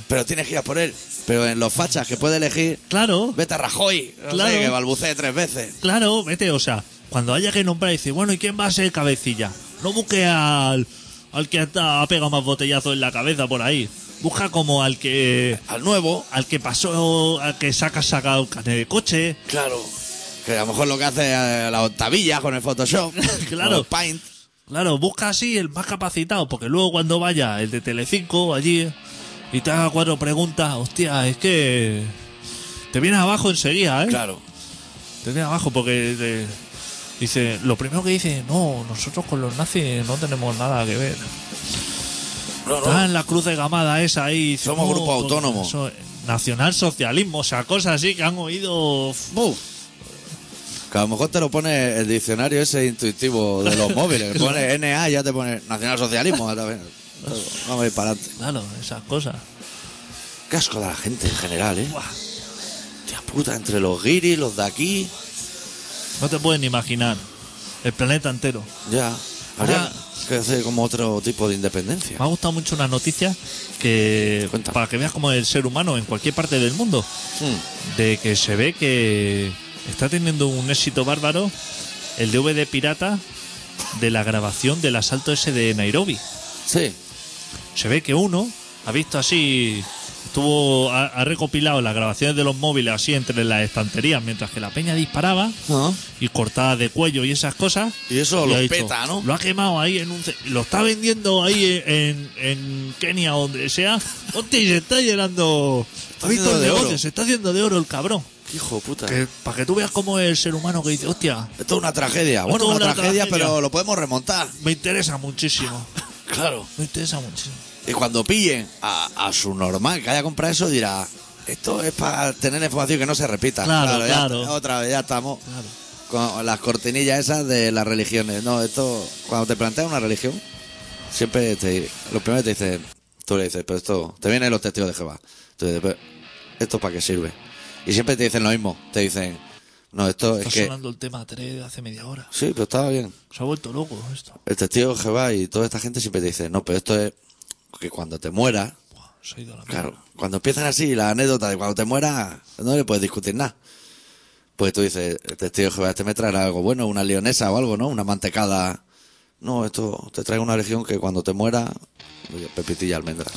Speaker 1: Pero tienes que ir a por él. Pero en los fachas que puede elegir,
Speaker 2: Claro.
Speaker 1: vete a Rajoy, no sé,
Speaker 2: Claro.
Speaker 1: que balbucee tres veces.
Speaker 2: Claro, vete, o sea, cuando haya que nombrar, dice, bueno, ¿y quién va a ser cabecilla? No busque al, al que hasta ha pegado más botellazos en la cabeza por ahí. Busca como al que.
Speaker 1: Al nuevo,
Speaker 2: Al que pasó, al que saca, saca un carnet de coche.
Speaker 1: claro. Que a lo mejor lo que hace es eh, la octavilla con el Photoshop,
Speaker 2: Claro.
Speaker 1: o el Paint.
Speaker 2: Claro, busca así el más capacitado, porque luego cuando vaya el de Telecinco allí y te haga cuatro preguntas, hostia, es que te vienes abajo enseguida, ¿eh?
Speaker 1: Claro.
Speaker 2: Te vienes abajo porque te- dice, lo primero que dice, no, nosotros con los nazis no tenemos nada que ver.
Speaker 1: No, no.
Speaker 2: Está en la cruz de gamada esa ahí. dice,
Speaker 1: Somos
Speaker 2: no,
Speaker 1: grupo
Speaker 2: porque
Speaker 1: autónomo".
Speaker 2: eso es nacionalsocialismo, o sea, cosas así que han oído...
Speaker 1: Buf. Que a lo mejor te lo pone el diccionario ese intuitivo de los móviles. que Pone NA y ya te pone nacionalsocialismo. a la vez. Vamos a ir para adelante.
Speaker 2: Claro, esas cosas.
Speaker 1: Qué asco de la gente en general, ¿eh?
Speaker 2: Buah,
Speaker 1: Hostia puta, entre los guiris, los de aquí.
Speaker 2: no te pueden imaginar. El planeta entero.
Speaker 1: Ya. Habría
Speaker 2: Ahora-
Speaker 1: que hacer como otro tipo de independencia.
Speaker 2: Me ha gustado mucho una noticia que
Speaker 1: Cuenta.
Speaker 2: para que veas cómo es el ser humano en cualquier parte del mundo,
Speaker 1: Hmm.
Speaker 2: de que se ve que está teniendo un éxito bárbaro el DVD pirata de la grabación del asalto ese de Nairobi.
Speaker 1: Sí.
Speaker 2: Se ve que uno ha visto así, estuvo ha, ha recopilado las grabaciones de los móviles así entre las estanterías mientras que la peña disparaba
Speaker 1: No.
Speaker 2: y cortadas de cuello y esas cosas.
Speaker 1: Y eso
Speaker 2: ha
Speaker 1: los
Speaker 2: dicho,
Speaker 1: peta, ¿no?
Speaker 2: Lo ha quemado ahí en un. ce- Lo está vendiendo ahí en, en Kenia o donde sea. Hostia, y se está llenando. ¿Has visto
Speaker 1: haciendo
Speaker 2: el
Speaker 1: de
Speaker 2: negocio?
Speaker 1: oro.
Speaker 2: Se está haciendo de oro el cabrón.
Speaker 1: Hijo de puta.
Speaker 2: Que, para que tú veas cómo es el ser humano que dice, hostia,
Speaker 1: Esto es una tragedia. Bueno,
Speaker 2: Esto es
Speaker 1: una,
Speaker 2: una
Speaker 1: tragedia,
Speaker 2: tragedia.
Speaker 1: pero lo podemos remontar.
Speaker 2: me interesa muchísimo.
Speaker 1: Claro.
Speaker 2: Me interesa muchísimo.
Speaker 1: Y cuando pillen a, a su normal que haya comprado eso, dirá: Esto es para tener información que no se repita.
Speaker 2: Claro,
Speaker 1: ya-
Speaker 2: claro.
Speaker 1: otra vez, ya estamos
Speaker 2: Claro.
Speaker 1: con las cortinillas esas de las religiones. No, esto, cuando te plantean una religión, siempre te. Lo primero que te dicen, tú le dices, pero esto. Te vienen los testigos de Jehová. Tú dices, pero, ¿esto para qué sirve? Y siempre te dicen lo mismo. Te dicen, no, esto es
Speaker 2: Está
Speaker 1: que.
Speaker 2: sonando el tema 3 de hace media hora.
Speaker 1: Sí, pero estaba bien.
Speaker 2: Se ha vuelto loco esto.
Speaker 1: El testigo de Jehová y toda esta gente siempre te dice, no, pero esto es que cuando te mueras.
Speaker 2: Buah, se ha ido a la mierda.
Speaker 1: Claro, cuando empiezan así la anécdota de cuando te mueras, no le puedes discutir nada. Pues tú dices, el testigo de Jehová, este me traerá algo bueno, una leonesa o algo, ¿no? Una mantecada. No, esto te traigo una religión que cuando te mueras, oye, pepitilla y almendra.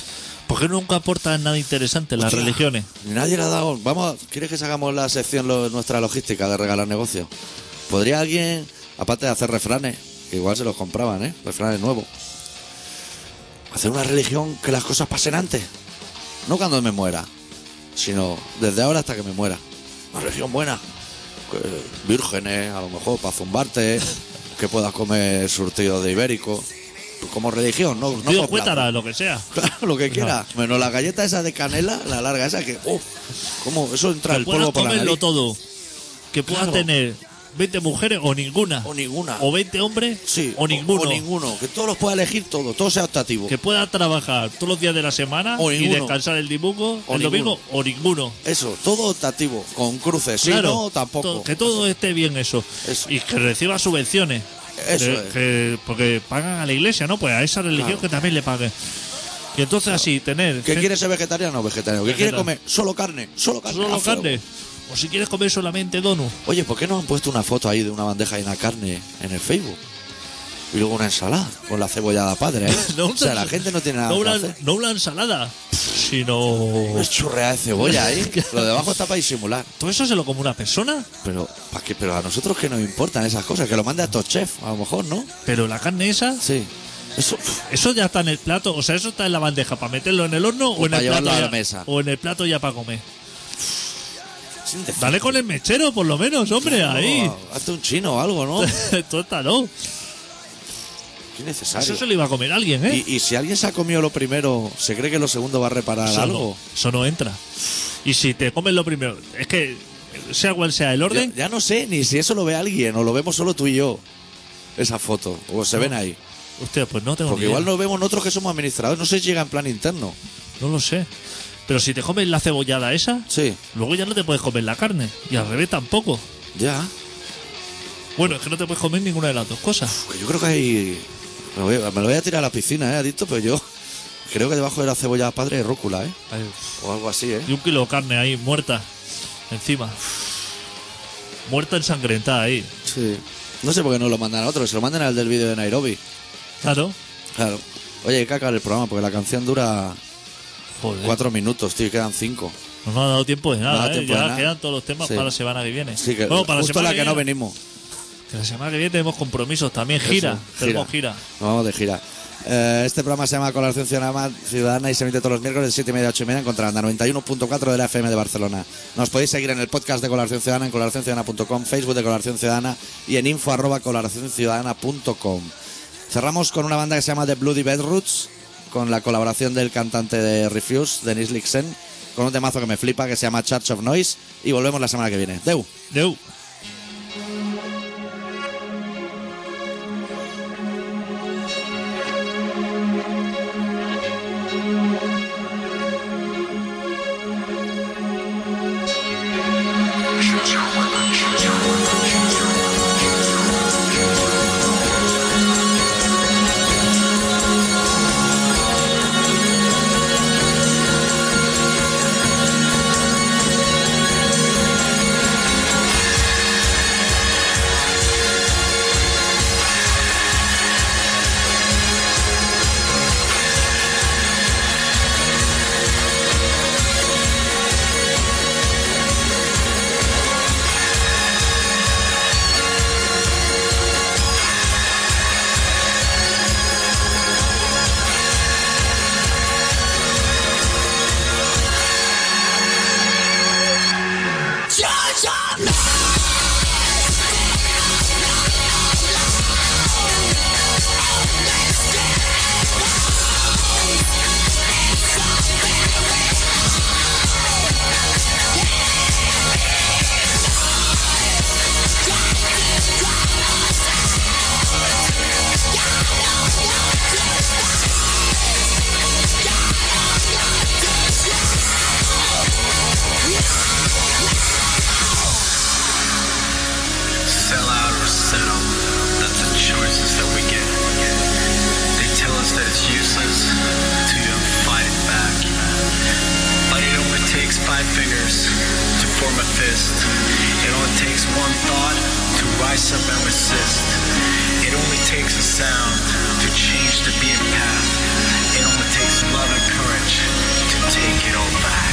Speaker 2: ¿Por qué nunca aportan nada interesante las
Speaker 1: Hostia,
Speaker 2: religiones?
Speaker 1: ni Nadie le ha dado. Vamos, ¿quieres que sacamos la sección, lo- nuestra logística de regalar negocios? ¿Podría alguien, aparte de hacer refranes, que igual se los compraban, ¿eh? Refranes nuevos, hacer una religión que las cosas pasen antes? No cuando me muera, sino desde ahora hasta que me muera. Una religión buena. Que- Vírgenes, a lo mejor, para zumbarte. que puedas comer surtido de ibérico. Pues Como religión, no, no
Speaker 2: Tío,
Speaker 1: por plato.
Speaker 2: cuéntala, lo que sea.
Speaker 1: Claro, lo que quiera. Menos la galleta esa de canela, la larga esa que. ¡Oh! ¿Cómo? Eso entra
Speaker 2: Que
Speaker 1: el
Speaker 2: puedas
Speaker 1: polvo por la
Speaker 2: comerlo
Speaker 1: nariz.
Speaker 2: todo. Que puedas
Speaker 1: Claro.
Speaker 2: tener 20 mujeres o ninguna.
Speaker 1: O ninguna.
Speaker 2: O 20 hombres
Speaker 1: Sí.
Speaker 2: o ninguno.
Speaker 1: O ninguno. Que todos los pueda elegir todo. Todo sea optativo.
Speaker 2: Que pueda trabajar todos los días de la semana
Speaker 1: O
Speaker 2: y
Speaker 1: ninguno.
Speaker 2: descansar el domingo,
Speaker 1: O
Speaker 2: el domingo o ninguno.
Speaker 1: Eso, todo optativo. Con cruces.
Speaker 2: claro,
Speaker 1: si no, tampoco.
Speaker 2: to- que todo esté bien eso.
Speaker 1: Eso.
Speaker 2: Y que reciba subvenciones.
Speaker 1: Eso
Speaker 2: Que-
Speaker 1: es.
Speaker 2: que- porque pagan a la iglesia, ¿no? Pues a esa religión
Speaker 1: Claro.
Speaker 2: que también le paguen. Y entonces así, tener
Speaker 1: ¿Que
Speaker 2: gente-
Speaker 1: quiere ser vegetariano o vegetariano? ¿Que quiere comer
Speaker 2: Vegetariano.
Speaker 1: solo carne? Solo carne.
Speaker 2: solo
Speaker 1: a fuego.
Speaker 2: carne. O si quieres comer solamente donut.
Speaker 1: Oye, ¿por qué no han puesto una foto ahí de una bandeja y una carne en el Facebook? Y luego una ensalada con la cebollada padre. ¿eh? o sea, la gente no tiene nada
Speaker 2: no
Speaker 1: que
Speaker 2: una,
Speaker 1: hacer.
Speaker 2: no una ensalada, sino...
Speaker 1: Es churrea de cebolla ahí. Lo de abajo está para disimular.
Speaker 2: Pues ¿Todo eso se lo come una persona?
Speaker 1: Pero, ¿pa' qué? pero a nosotros que nos importan esas cosas, que lo mande a estos chefs, a lo mejor, ¿no?
Speaker 2: Pero la carne esa,
Speaker 1: Sí. Eso, pf,
Speaker 2: eso ya está en el plato. O sea, eso está en la bandeja para meterlo en el horno o, en
Speaker 1: para
Speaker 2: el plato
Speaker 1: llevarlo a la
Speaker 2: ya-
Speaker 1: mesa.
Speaker 2: O en el plato ya para comer.
Speaker 1: sin decir-
Speaker 2: Dale con el mechero, por lo menos, hombre,
Speaker 1: No,
Speaker 2: ahí.
Speaker 1: Hazte un chino o algo, ¿no?
Speaker 2: Tótalo.
Speaker 1: Qué necesario.
Speaker 2: Eso se lo iba a comer alguien, ¿eh?
Speaker 1: Y, y si alguien se ha comido lo primero, ¿se cree que lo segundo va a reparar
Speaker 2: eso,
Speaker 1: algo?
Speaker 2: No, eso no entra. Y si te comes lo primero, es que sea cual sea el
Speaker 1: Ya,
Speaker 2: orden,
Speaker 1: ya no sé ni si eso lo ve alguien o lo vemos solo tú y yo. Esa foto, o se ven ahí.
Speaker 2: usted, pues no tengo
Speaker 1: Porque
Speaker 2: ni idea.
Speaker 1: igual nos vemos nosotros que somos administradores. No sé si llega en plan interno.
Speaker 2: No lo sé. Pero si te comes la cebollada esa,
Speaker 1: Sí,
Speaker 2: luego ya no te puedes comer la carne. Y al revés tampoco.
Speaker 1: ya.
Speaker 2: Bueno, es que no te puedes comer ninguna de las dos cosas.
Speaker 1: Pues yo creo que hay. Me, voy- me lo voy a tirar a la piscina, ¿eh, adicto? Pero yo creo que debajo de la cebolla padre hay rúcula, ¿eh?
Speaker 2: Ay,
Speaker 1: O algo así, ¿eh?
Speaker 2: Y un kilo de carne ahí, muerta. Encima. Muerta ensangrentada ahí.
Speaker 1: Sí. No sé por qué no lo mandan a otro, que se lo mandan al del vídeo de Nairobi.
Speaker 2: Claro.
Speaker 1: Claro. Oye, hay que acabar el programa porque la canción dura
Speaker 2: Joder.
Speaker 1: cuatro minutos, tío, y quedan cinco.
Speaker 2: No nos ha dado tiempo de
Speaker 1: No
Speaker 2: nada,
Speaker 1: ha dado
Speaker 2: ¿eh?
Speaker 1: tiempo
Speaker 2: ya
Speaker 1: de nada.
Speaker 2: quedan todos los temas
Speaker 1: Sí.
Speaker 2: para la semana que viene.
Speaker 1: Así que
Speaker 2: Bueno, para
Speaker 1: justo
Speaker 2: la semana
Speaker 1: la que, no
Speaker 2: viene-
Speaker 1: venimos.
Speaker 2: que la semana que viene tenemos compromisos también. Gira.
Speaker 1: Eso,
Speaker 2: Tenemos gira.
Speaker 1: Nos vamos de gira. Eh, este programa se llama Colaboración Ciudadana- Ciudadana y se emite todos los miércoles de 7 y media a 8 y media en Contralanda 91.4 de la FM de Barcelona. Nos podéis seguir en el podcast de Colaboración Ciudadana en colaboracionciudadana.com, Facebook de Colaboración Ciudadana y en info arroba colaboracionciudadana.com. Cerramos con una banda que se llama The Bloody Bedroots con la colaboración del cantante de Refuse, Denis Lixen, con un temazo que me flipa que se llama Church of Noise y volvemos la semana que viene. Deu.
Speaker 2: Deu.
Speaker 8: sell out or settle. That's the choices that we get. They tell us that it's useless to fight it back. But it only takes five fingers to form a fist. It only takes one thought to rise up and resist. It only takes a sound to change the beaten path. It only takes love and courage to take it all back.